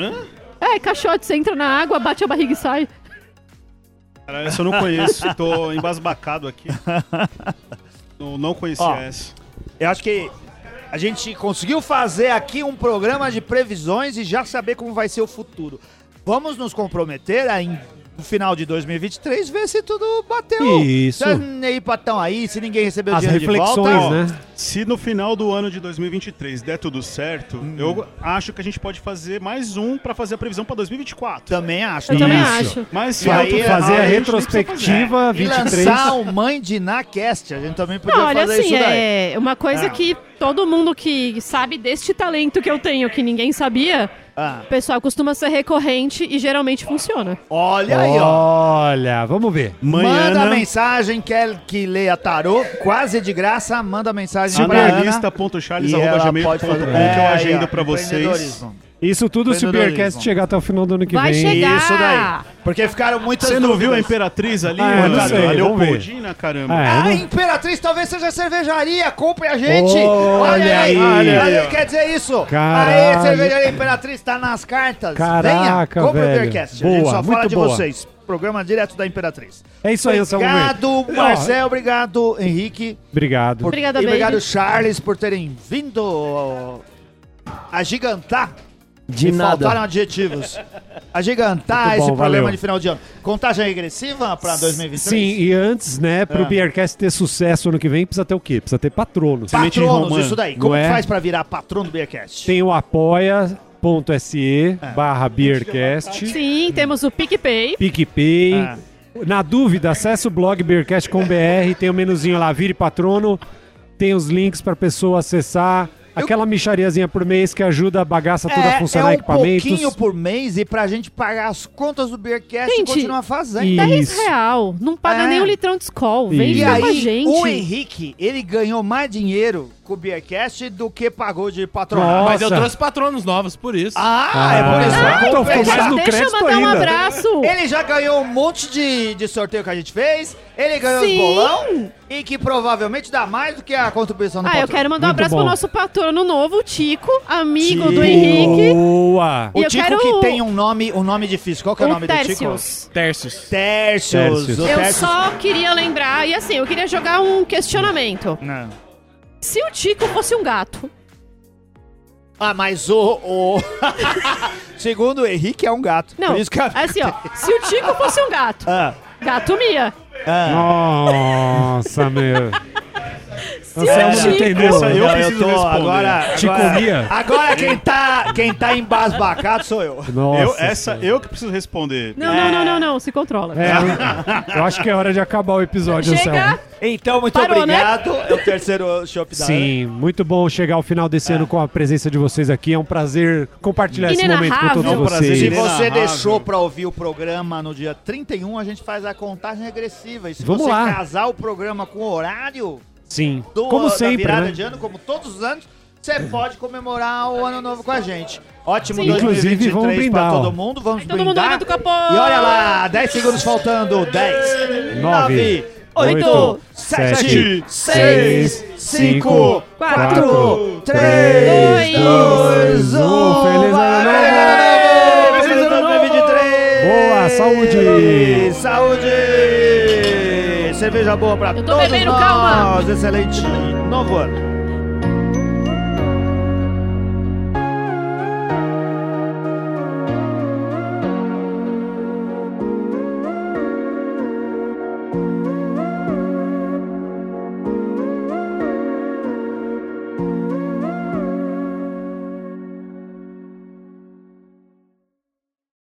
[SPEAKER 2] É, caixote, você entra na água, bate a barriga e sai.
[SPEAKER 4] Caralho, É, essa eu não conheço. Tô embasbacado aqui. Não, não conhecia
[SPEAKER 1] Ó.
[SPEAKER 4] essa.
[SPEAKER 1] Eu acho que a gente conseguiu fazer aqui um programa de previsões e já saber como vai ser o futuro. Vamos nos comprometer a, em- no final de 2023 ver se tudo bateu.
[SPEAKER 3] Isso.
[SPEAKER 1] Se nem patão aí, se ninguém recebeu
[SPEAKER 3] As
[SPEAKER 1] dinheiro de
[SPEAKER 3] reflexões,
[SPEAKER 1] volta.
[SPEAKER 3] né?
[SPEAKER 4] Se no final do ano de 2023 der tudo certo,
[SPEAKER 3] Hum.
[SPEAKER 4] eu acho que a gente pode fazer mais um pra fazer a previsão pra 2024.
[SPEAKER 1] Também acho.
[SPEAKER 2] Eu também
[SPEAKER 3] Isso.
[SPEAKER 2] acho.
[SPEAKER 4] Mas se
[SPEAKER 1] E aí,
[SPEAKER 4] der tudo
[SPEAKER 3] fazer
[SPEAKER 4] errado,
[SPEAKER 3] a
[SPEAKER 4] gente nem precisa
[SPEAKER 3] retrospectiva
[SPEAKER 1] E
[SPEAKER 3] 23.
[SPEAKER 1] lançar um. o Mãe de Nacast. A gente também podia
[SPEAKER 2] Não, olha
[SPEAKER 1] fazer
[SPEAKER 2] assim,
[SPEAKER 1] isso daí.
[SPEAKER 2] é uma coisa
[SPEAKER 1] Ah.
[SPEAKER 2] que todo mundo que sabe deste talento que eu tenho, que ninguém sabia,
[SPEAKER 1] Ah,
[SPEAKER 2] o pessoal costuma ser recorrente e geralmente funciona.
[SPEAKER 1] olha aí, ó.
[SPEAKER 3] Olha, vamos ver.
[SPEAKER 1] Manda
[SPEAKER 4] Manhana,
[SPEAKER 1] mensagem, quer que leia tarô, quase de graça, manda mensagem pra Ana. E ela
[SPEAKER 4] analista.charles.gmail.com
[SPEAKER 1] pode
[SPEAKER 4] que
[SPEAKER 1] fazer.
[SPEAKER 4] eu
[SPEAKER 1] É, aí,
[SPEAKER 4] agendo
[SPEAKER 1] ó,
[SPEAKER 4] pra vocês.
[SPEAKER 1] empreendedorismo.
[SPEAKER 3] Isso tudo se o
[SPEAKER 1] Empreendedorismo.
[SPEAKER 3] Beercast chegar até o final do ano que
[SPEAKER 2] Vai
[SPEAKER 3] vem.
[SPEAKER 2] chegar.
[SPEAKER 1] Isso daí. Porque ficaram muitas
[SPEAKER 4] Você não viu a
[SPEAKER 1] dúvidas.
[SPEAKER 4] Imperatriz ali?
[SPEAKER 1] é,
[SPEAKER 3] Ah, eu não
[SPEAKER 4] mano?
[SPEAKER 3] sei,
[SPEAKER 4] a
[SPEAKER 3] vamos ver.
[SPEAKER 4] Leopoldina, caramba.
[SPEAKER 3] É, eu
[SPEAKER 1] A
[SPEAKER 3] não-
[SPEAKER 1] Ah, Imperatriz talvez seja cervejaria, compre a gente.
[SPEAKER 3] Olha aí.
[SPEAKER 1] olha
[SPEAKER 4] Olha aí, ó.
[SPEAKER 1] Quer dizer isso.
[SPEAKER 3] Caralho.
[SPEAKER 1] Aí, cervejaria Imperatriz tá nas cartas.
[SPEAKER 3] Caraca,
[SPEAKER 1] Venha, compre
[SPEAKER 3] velho.
[SPEAKER 1] o Beercast. a gente
[SPEAKER 3] Boa,
[SPEAKER 1] só
[SPEAKER 3] muito
[SPEAKER 1] fala de
[SPEAKER 3] boa.
[SPEAKER 1] vocês. Programa direto da Imperatriz.
[SPEAKER 3] É isso aí, Anselmo.
[SPEAKER 1] Obrigado,
[SPEAKER 3] Verde.
[SPEAKER 1] Marcel. Obrigado, Henrique.
[SPEAKER 3] Ó, Obrigado.
[SPEAKER 1] Por-
[SPEAKER 2] Obrigada,
[SPEAKER 1] e obrigado,
[SPEAKER 2] baby.
[SPEAKER 1] Charles, por terem vindo ó, agigantar.
[SPEAKER 5] De
[SPEAKER 1] e
[SPEAKER 5] nada.
[SPEAKER 1] faltaram adjetivos. Agigantar
[SPEAKER 3] Muito bom,
[SPEAKER 1] esse problema
[SPEAKER 3] valeu.
[SPEAKER 1] de final de ano. Contagem regressiva pra 2023?
[SPEAKER 3] Sim, e antes, né, pro
[SPEAKER 1] Ah.
[SPEAKER 3] Beercast ter sucesso ano que vem, precisa ter o quê? Precisa ter patronos.
[SPEAKER 4] Semente
[SPEAKER 1] Patronos,
[SPEAKER 4] romana.
[SPEAKER 1] isso daí. Como
[SPEAKER 3] Não é?
[SPEAKER 1] faz pra virar patrão do Beercast?
[SPEAKER 3] Tem o apoia.se
[SPEAKER 1] É.
[SPEAKER 3] barra Beercast,
[SPEAKER 2] Sim, temos o PicPay.
[SPEAKER 3] PicPay.
[SPEAKER 1] É.
[SPEAKER 3] Na dúvida, acessa o blog beercast.com.br, tem o menuzinho lá, vire patrono, tem os links pra pessoa acessar. Aquela michariazinha por mês que ajuda a bagaça toda a funcionar,
[SPEAKER 1] é um
[SPEAKER 3] equipamentos.
[SPEAKER 1] pouquinho por mês e pra gente pagar as contas do Beercast e
[SPEAKER 2] Gente,
[SPEAKER 1] continuar fazendo.
[SPEAKER 3] e-
[SPEAKER 2] 10
[SPEAKER 3] Isso.
[SPEAKER 2] real. Não paga
[SPEAKER 1] É.
[SPEAKER 2] nem um litrão de Skol. Vem
[SPEAKER 3] Isso.
[SPEAKER 1] E
[SPEAKER 2] ficar Tá com a
[SPEAKER 1] aí,
[SPEAKER 2] gente.
[SPEAKER 1] o Henrique, ele ganhou mais dinheiro com o Beercast do que pagou de patronato.
[SPEAKER 3] Nossa.
[SPEAKER 6] Mas eu trouxe patronos novos, por isso.
[SPEAKER 1] Ah, é por isso.
[SPEAKER 3] Ah,
[SPEAKER 1] Vai
[SPEAKER 3] então ficou
[SPEAKER 1] compensar.
[SPEAKER 3] mais no
[SPEAKER 2] Deixa eu
[SPEAKER 3] crédito
[SPEAKER 2] mandar um
[SPEAKER 3] ainda.
[SPEAKER 2] abraço.
[SPEAKER 1] Ele já ganhou um monte de, de sorteio que a gente fez, ele ganhou os
[SPEAKER 2] Sim.
[SPEAKER 1] bolão e que provavelmente dá mais do que a contribuição do
[SPEAKER 2] Ah, eu
[SPEAKER 1] patrão.
[SPEAKER 2] quero mandar um
[SPEAKER 3] Muito
[SPEAKER 2] abraço
[SPEAKER 3] bom.
[SPEAKER 2] pro nosso patrono novo, o Tico, amigo do
[SPEAKER 1] Tico.
[SPEAKER 2] Henrique.
[SPEAKER 3] Boa!
[SPEAKER 1] O
[SPEAKER 2] eu
[SPEAKER 1] Tico
[SPEAKER 2] quero
[SPEAKER 1] que
[SPEAKER 2] o-
[SPEAKER 1] tem um nome, um nome difícil. Qual que é o, nome do Tico?
[SPEAKER 2] Tércios.
[SPEAKER 6] Tercios.
[SPEAKER 1] Tércios.
[SPEAKER 3] Tércius.
[SPEAKER 1] o
[SPEAKER 2] Eu
[SPEAKER 1] Tércius-
[SPEAKER 2] só queria lembrar, e assim, eu queria jogar um questionamento.
[SPEAKER 1] Não.
[SPEAKER 2] Se o Tico fosse um gato,
[SPEAKER 1] Ah, mas o... o- Segundo o Henrique, é um gato.
[SPEAKER 2] Não,
[SPEAKER 1] Por isso que a-
[SPEAKER 2] assim, ó. Se o Tico fosse um gato,
[SPEAKER 1] Ah,
[SPEAKER 2] gato mia.
[SPEAKER 3] Nossa, meu.
[SPEAKER 2] Se
[SPEAKER 3] Anselmo
[SPEAKER 2] o
[SPEAKER 3] não
[SPEAKER 2] Tico...
[SPEAKER 3] entendeu.
[SPEAKER 4] Essa eu
[SPEAKER 1] É. não,
[SPEAKER 4] preciso responder.
[SPEAKER 1] agora,
[SPEAKER 3] Te
[SPEAKER 1] agora-
[SPEAKER 3] comia?
[SPEAKER 1] Agora quem tá, quem tá embasbacado sou eu.
[SPEAKER 3] Nossa.
[SPEAKER 4] Eu, essa eu que preciso responder.
[SPEAKER 2] Não, não, não, não, não, se controla.
[SPEAKER 3] É, eu- eu acho que é hora de acabar o episódio,
[SPEAKER 2] Chega,
[SPEAKER 3] Anselmo.
[SPEAKER 1] Então, muito
[SPEAKER 2] Parou, né?
[SPEAKER 1] obrigado. É o terceiro show da
[SPEAKER 3] Sim, muito bom chegar ao final
[SPEAKER 1] É.
[SPEAKER 3] desse ano com a presença de vocês aqui. É um prazer compartilhar esse momento com
[SPEAKER 2] Inenarrável.
[SPEAKER 3] todos
[SPEAKER 2] É um
[SPEAKER 4] prazer.
[SPEAKER 1] Se
[SPEAKER 3] vocês.
[SPEAKER 4] Inenarrável.
[SPEAKER 1] você deixou pra ouvir o programa no dia 31, a gente faz a contagem regressiva. E se
[SPEAKER 3] Vamos
[SPEAKER 1] você
[SPEAKER 3] lá.
[SPEAKER 1] casar o programa com o horário
[SPEAKER 3] Sim,
[SPEAKER 1] do,
[SPEAKER 3] como
[SPEAKER 1] da
[SPEAKER 3] sempre,
[SPEAKER 1] virada
[SPEAKER 3] né?
[SPEAKER 1] de ano, como todos os anos, você pode comemorar o ano novo com a gente. Ótimo
[SPEAKER 2] Sim.
[SPEAKER 3] Inclusive,
[SPEAKER 1] 2023
[SPEAKER 3] vamos brindar,
[SPEAKER 1] pra
[SPEAKER 3] ó.
[SPEAKER 1] todo mundo. Vamos
[SPEAKER 2] Aí todo mundo
[SPEAKER 1] brindar.
[SPEAKER 2] olha do capô.
[SPEAKER 1] E olha lá, 10 segundos faltando. 10, 9,
[SPEAKER 3] Nove,
[SPEAKER 2] Oito,
[SPEAKER 3] sete,
[SPEAKER 1] seis, cinco,
[SPEAKER 2] quatro,
[SPEAKER 1] três,
[SPEAKER 2] dois,
[SPEAKER 1] dois,
[SPEAKER 3] um.
[SPEAKER 1] um.
[SPEAKER 3] Feliz ano
[SPEAKER 1] novo! Feliz ano novo 2023!
[SPEAKER 3] Boa, saúde!
[SPEAKER 1] Saúde! Cerveja boa pra
[SPEAKER 2] tô
[SPEAKER 1] todos
[SPEAKER 2] bebendo,
[SPEAKER 1] nós!
[SPEAKER 2] calma.
[SPEAKER 1] Excelente novo ano!